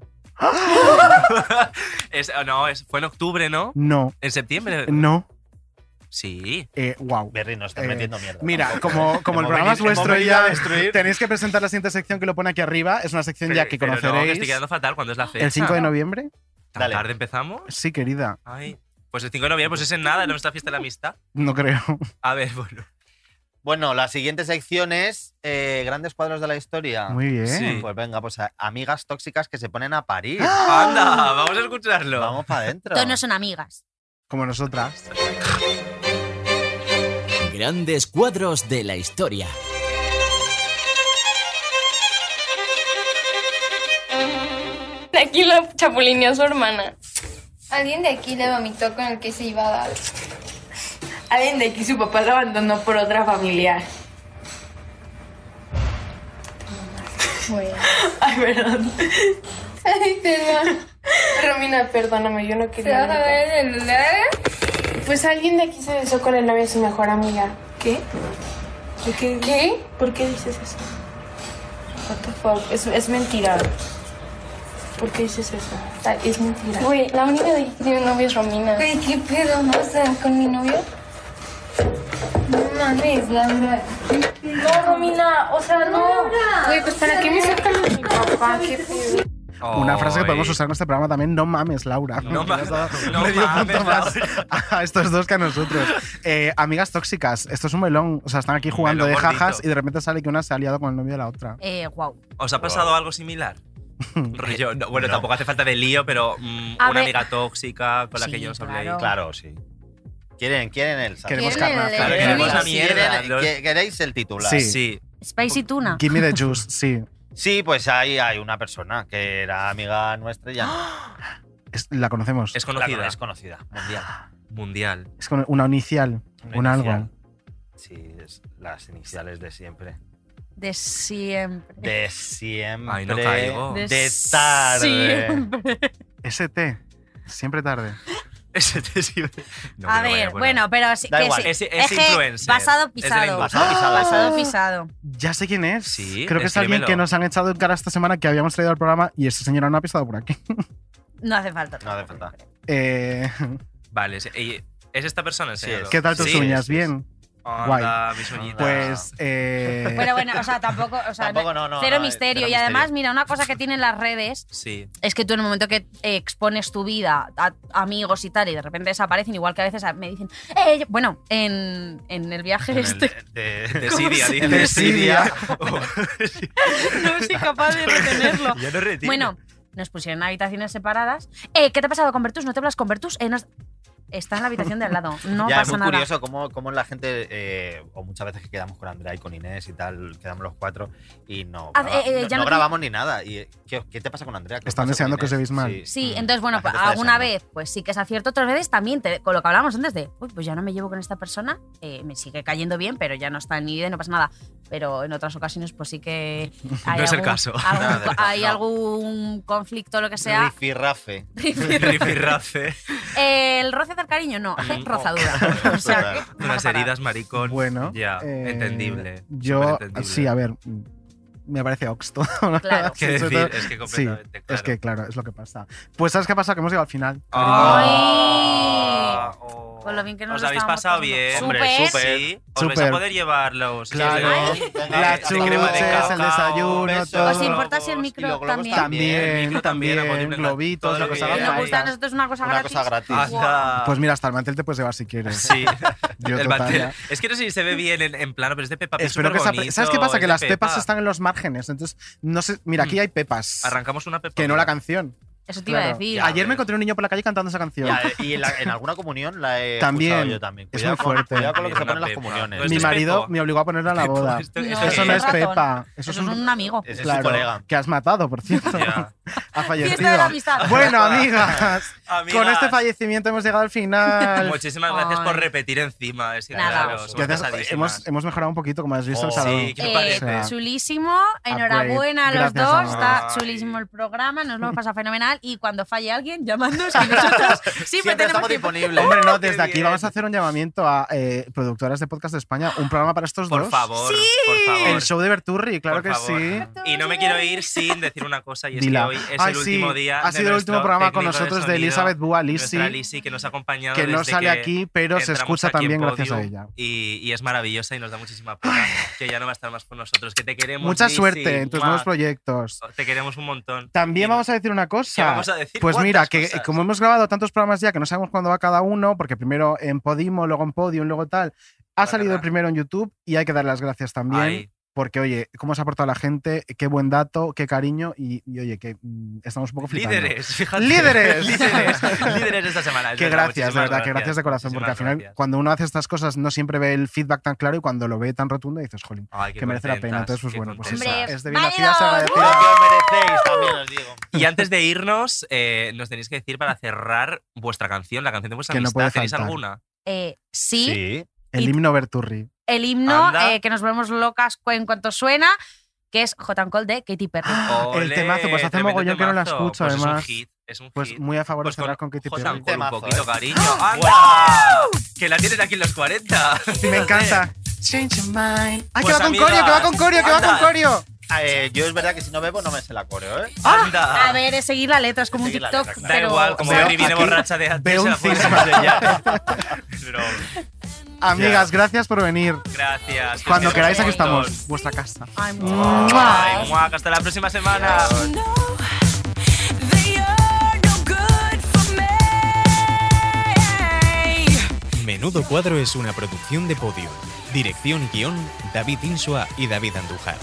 I: Es- no, es- fue en octubre, ¿no?
B: No,
I: En septiembre.
B: no,
I: Sí.
B: eh, wow.
H: Berry, nos estás
B: Eh,
H: metiendo mierda.
B: Mira, como, como el
H: Hemos
B: programa es
H: venido-
B: vuestro
H: hemos
B: y
H: venido a
B: ya
H: destruir.
B: tenéis que presentar la siguiente sección que lo pone aquí arriba. Es una sección ya que
I: Pero no, que
B: conoceréis.
I: estoy quedando fatal cuando es la fecha.
B: ¿El 5 de noviembre?
I: ¿Tan
H: Dale.
I: tarde empezamos?
B: Sí, querida.
I: Ay. Pues el 5 de noviembre, pues es en nada, en nuestra fiesta de la amistad.
B: No creo.
I: A ver, bueno.
H: Bueno, la siguiente sección es eh, grandes cuadros de la historia.
B: Muy bien.
I: Sí.
H: Pues venga, pues a- amigas tóxicas que se ponen a parir.
B: ¡Ah!
I: ¡Anda! Vamos a escucharlo.
H: Vamos para adentro.
G: Todos no son amigas.
B: Como nosotras.
L: Grandes cuadros de la historia.
K: De aquí la chapulineó su hermana. Alguien de aquí le vomitó con el que se iba a dar. Alguien de aquí su papá lo abandonó por otra familiar. Ay, perdón. Ay, perdón. Romina, perdóname, yo no quería. ¿Te vas a ver el celular? Pues alguien de aquí se besó con el novio de su mejor amiga. ¿Qué? ¿Qué? ¿Por qué dices eso? What the fuck? Es, es mentira. ¿Por qué dices eso? Ta- Es mentira. Güey, la única de que tiene novio es Romina. Güey, ¿qué pedo? ¿No con mi novio? No mames, Laura. No, Romina, o sea, no. Güey, pues ¿para qué me sacan a mi papá? ¿Qué pedo?
B: Una frase que
I: Ay.
B: podemos usar en este programa también. No mames, Laura.
I: No
B: Que nos
I: mames,
B: da
I: no
B: medio
I: mames,
B: punto más
I: Laura.
B: a estos dos que a nosotros. Eh, amigas tóxicas. Esto es un melón. O sea, están aquí jugando
I: melón
B: de
I: gordito.
B: jajas y de repente sale que una se ha liado con el novio de la otra.
G: Eh, wow.
I: ¿Os ha pasado algo similar? Rollo, no, bueno,
H: No.
I: tampoco hace falta de lío, pero mm,
G: A
I: una
G: ver-
I: amiga tóxica con la que
G: Sí,
I: yo os hablé.
G: claro.
H: Claro, sí. Quieren, quieren el salto.
B: Queremos
F: ¿Quién
B: carnaza.
F: le-
I: Claro, queremos la mierda.
H: Quieren-
I: los-
H: que- ¿Queréis el titular?
B: Sí.
I: Sí.
G: Space y Tuna.
B: Give me the juice, sí.
H: Sí, pues ahí hay una persona que era amiga nuestra y ya
B: ¡Ah!
H: no.
B: Es- la conocemos.
I: Es
H: La
I: conocida.
H: es conocida, mundial.
I: Mundial.
B: Es con una inicial. Un algo.
H: inicial. Sí, es las iniciales de siempre.
G: De siempre.
H: De siempre.
I: Ay, no caigo.
G: De
H: De tarde.
G: siempre.
B: ST. Siempre tarde.
I: Ese te sirve. No,
G: a
I: me lo voy
G: ver,
I: poner.
G: bueno, pero sí,
H: Da
G: que
H: igual,
G: sí.
I: Es, es
G: Eje
I: influencer.
G: basado
I: Es de la
G: pisado.
I: industria.
H: Basado, pisado,
G: Pasado
B: Ah.
H: eso es.
G: pisado.
B: Ya sé quién es.
I: Sí,
B: Creo que es alguien
I: escríbemelo.
B: que nos han echado en cara esta semana que habíamos traído al programa y esta señora no ha pisado por aquí.
G: No hace falta.
H: No hace falta.
B: Eh,
I: Vale, es, eh, ¿es esta persona,
H: Sí,
I: señor?
H: es.
B: ¿Qué tal tus
I: Sí,
B: uñas?
H: sí, sí.
B: Bien.
I: Anda, mis uñitas.
B: Pues. eh,
G: Pero bueno, o sea, tampoco. O sea,
H: Tampoco, no, no,
G: cero
H: no, eh,
G: misterio.
H: cero
G: y
H: misterio.
G: además, mira, una cosa que tienen las redes
I: Sí.
G: es que tú en el momento que eh, expones tu vida a amigos y tal y de repente desaparecen, igual que a veces me dicen, "Eh, yo-". bueno, en, en el viaje este
H: De,
I: De Siria,
B: se-
I: dice.
B: De Siria.
G: no soy capaz de retenerlo.
I: Ya no retiro.
G: Bueno, nos pusieron en habitaciones separadas. Eh, ¿Qué te ha pasado con Bertus? ¿No te hablas con Bertus? Eh, no has- Está en la habitación de al lado, no
H: ya, es
G: pasa
H: muy
G: nada.
H: curioso cómo, cómo la gente, eh, o muchas veces que quedamos con Andrea y con Inés y tal, quedamos los cuatro y no,
G: Ah,
H: graba-
G: eh, eh,
H: no,
G: ya
H: no
G: no-
H: grabamos ni nada. Y, eh, ¿qué, qué te pasa con Andrea? ¿Qué os
B: Están
H: pasa
B: deseando
H: con
B: que os
H: Inés?
B: veis mal.
G: Sí,
H: Mm.
G: entonces, bueno, pues,
H: La gente está
G: alguna
H: deseando.
G: vez, pues sí que es acierto, otras veces también, te- con lo que hablábamos antes de, uy, pues ya no me llevo con esta persona, eh, me sigue cayendo bien, pero ya no está en mi vida y no pasa nada. Pero en otras ocasiones, pues sí que. Hay
I: No es el
G: algún-
I: caso.
G: algún-
H: Nada del
G: hay
H: caso.
G: algún conflicto, lo que sea.
H: Rifirrafe.
I: Rifirrafe.
G: el roce del cariño, no,
I: Mm,
G: rozadura. O sea, que-
I: Unas heridas maricón.
B: Bueno.
I: Ya,
B: eh,
I: entendible.
B: Yo,
I: superentendible.
B: sí, a ver. Me parece Oxto.
G: Claro.
I: ¿Qué
B: Sí, sobre
I: decir?
B: todo-
I: Es que
B: Sí,
I: completamente, claro.
B: es que
H: Ah.
B: claro, es lo que pasa. Pues ¿sabes qué ha pasado? Que hemos llegado al final.
I: Ah,
G: Ay.
I: oh.
G: Con lo bien que nos
I: Os
G: lo
I: habéis
G: estábamos
I: pasado
G: pasando.
I: bien,
G: Súper.
I: Sí, os vais a
B: Súper.
I: poder llevar los
B: Claro,
I: kits de-
B: las
I: de crema de
B: chuches, el
I: cacao,
B: desayuno,
I: besos,
B: todo.
G: ¿Os importa si el micro también?
I: El
B: También,
I: micro también,
B: también,
I: Agustín,
B: globitos,
I: todo
B: lo que os
I: bien.
B: haga
I: Nos
B: falta.
G: Nos gusta a nosotros una cosa gratis.
I: Anda.
B: Pues mira, hasta el mantel te puedes llevar si quieres.
I: Sí,
B: Yo
I: el
B: total,
I: mantel.
B: ya.
I: Es que no sé si se ve bien en, en plano, pero es de Peppa Pig.
B: Espero que esa pe-
I: superbonito,
B: ¿Sabes qué pasa?
I: es
B: Que
I: de
B: las
I: Peppa.
B: pepas están en los márgenes. Entonces, no sé.
I: Mm.
B: Mira, aquí hay pepas.
I: Arrancamos una Peppa
B: Que no
I: Pig.
B: la canción.
G: Eso te iba a
B: Claro.
G: decir.
B: Ayer me encontré un niño por la calle cantando esa canción.
H: Ya, eh, y en, la- en alguna comunión la he escuchado
B: También.
H: yo también.
B: Es
H: Cuidado
B: muy
H: con-
B: fuerte.
H: Cuidado con lo que se
I: Una
H: ponen en las
I: pepa.
H: comuniones.
I: Pero esto
B: Mi
I: es
B: marido
I: Pepo.
B: me obligó a ponerla a la
I: Pepo,
B: boda.
I: esto-
G: Pues No,
I: esto
B: Eso no es
G: ratón.
B: Pepa. Eso
G: Eso
B: es un.
G: un amigo.
H: Ese es su
B: Claro,
H: colega.
B: que has matado, por cierto.
I: Ya.
B: ha fallecido.
G: Fiesta de la amistad.
B: Bueno, amigas,
I: Amigas.
B: con este fallecimiento hemos llegado al final.
I: Muchísimas gracias por
G: Ay.
I: repetir encima. Es que,
G: Nada.
I: claro, somos
B: Gracias,
I: pesadísimas.
B: hemos, hemos mejorado un poquito, como has visto,
I: Oh,
B: el salón.
I: sí, ¿qué te
G: Eh,
I: parece?
B: O sea,
G: chulísimo, enhorabuena a los
B: Gracias,
G: dos,
B: amor.
G: está
I: Ay.
G: chulísimo el programa, nos lo hemos pasado fenomenal y cuando falle alguien, llamadnos que nosotros siempre,
H: Siempre
G: tenemos
H: estamos
G: tiempo.
H: disponibles.
B: Hombre, no,
I: Qué
B: desde aquí
I: bien.
B: vamos a hacer un llamamiento a eh, productoras de podcast de España, un programa para estos
I: Por
B: dos.
I: favor, por favor.
B: El show de Berturri, claro
I: por
B: que
I: favor.
B: sí.
I: Y no me quiero ir sin decir una cosa, y es
B: Dila.
I: que hoy es
B: Ay,
I: el
B: sí,
I: último día.
B: ha
I: de
B: sido el
I: nuestro
B: último programa con
I: técnico de
B: nosotros de,
I: sonido,
B: Elizabeth Búa, Lisi,
I: nuestra Lisi, que nos ha acompañado
B: que no
I: desde
B: sale
I: que
B: aquí, pero se
I: entramos
B: escucha
I: aquí en
B: también gracias a
I: Podium,
B: ella.
I: Y, y es maravillosa y nos da muchísima pena que ya no va a estar más con nosotros. Que te queremos.
B: Mucha
I: Lisi,
B: suerte en tus
I: mua.
B: nuevos proyectos.
I: Te queremos un montón.
B: También
I: Y-
B: vamos a decir una
I: ¿Qué
B: cosa.
I: vamos a decir?
B: Pues mira,
I: ¿Cuántas
B: que
I: cosas?
B: como hemos grabado tantos programas ya que no sabemos cuándo va cada uno, porque primero en Podimo, luego en Podium, luego tal, ha
I: Va,
B: salido el
I: ¿verdad?
B: primero en YouTube y hay que dar las gracias también.
I: Ay,
B: Porque, oye, cómo se ha aportado la gente, qué buen dato, qué cariño y, y, oye, que mm, estamos un poco flipando.
I: líderes, fíjate.
B: Líderes.
I: líderes, líderes de esta semana. es
B: Que
I: verdad,
B: gracias, de
I: muchísimas
B: verdad, que gracias de corazón, porque al
I: muchísimas
B: final
I: gracias.
B: cuando uno hace estas cosas no siempre ve el feedback tan claro y cuando lo ve tan rotundo dices, jolín,
I: Ay, qué
B: que merece la pena.
I: contentas,
B: Entonces, pues
I: qué
B: bueno, pues
I: contentas.
G: Hombre,
B: eso, es de bien
G: válido.
B: nacidas, agradecidas.
H: Lo que os merecéis, también os digo.
I: Y antes de irnos, eh, nos tenéis que decir para cerrar vuestra canción, la canción de vuestra
B: Que no
I: amistad.
B: puede
I: ¿Tenéis
B: faltar.
I: alguna?
G: Eh, sí,
B: El himno Berturri.
G: el himno
I: Anda.
G: eh, que nos volvemos locas cu- en cuanto suena, que es Hot and Cold de Katy Perry.
B: Ah.
I: Ole,
B: temazo, pues hace
I: tremendo
B: mogollón que no la
I: temazo.
B: escucho,
I: Pues
B: además.
I: Es un hit, es un
B: Pues
I: hit.
B: muy a favor de
I: Pues
B: cerrar con Katy
I: Hot
B: Perry.
I: and Cool, un
H: Temazo,
I: poquito,
H: ¿eh?
I: cariño. ¡Anda! Que la tienes aquí en los 40.
B: Me encanta. ¡Ay, que
I: Pues,
B: va con
I: amigas,
B: Corio, que va con Corio, que va
I: anda.
B: con Corio!
H: Eh, yo es verdad que si no bebo no me sé la coreo, ¿eh?
I: ¡Anda!
G: A ver, es seguir la letra, es como un
H: Seguir la
G: TikTok,
H: letra, claro.
I: Da
G: pero
I: igual, como
B: Veo
I: Adri viene
B: aquí-
I: borracha de antes. pues,
B: veo
I: se
B: un
I: la puedes
B: cisma.
I: hacer ya. Pero,
B: Amigas, gracias por venir.
I: gracias. que
B: Cuando
I: os
B: queráis, aquí
I: queremos un
B: estamos. Vuestra casa.
G: Ay,
I: Ah. montón.
G: mua.
I: Ay, muaca, hasta la próxima semana.
A: Menudo Cuadro es una producción de Podium. Dirección y guión, David Insua y David Andújar.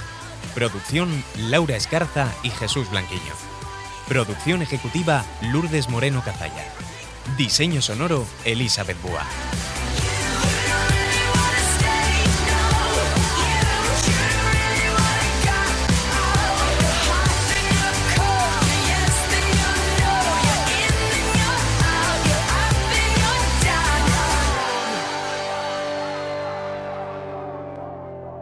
A: Producción, Laura Escarza y Jesús Blanquiño. Producción ejecutiva, Lourdes Moreno Cazalla. Diseño sonoro, Elizabeth Búa.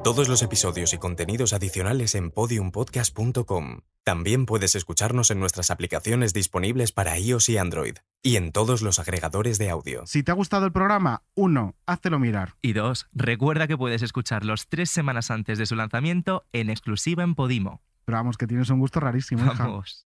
L: Todos los episodios y contenidos adicionales en podiumpodcast.com. También puedes escucharnos en nuestras aplicaciones disponibles para iOS y Android, y en todos los agregadores de audio.
B: Si te ha gustado el programa, uno, háztelo mirar.
I: Y dos, recuerda que puedes escucharlos tres semanas antes de su lanzamiento en exclusiva en Podimo.
B: Pero vamos, que tienes un gusto rarísimo, hija.
I: Vamos.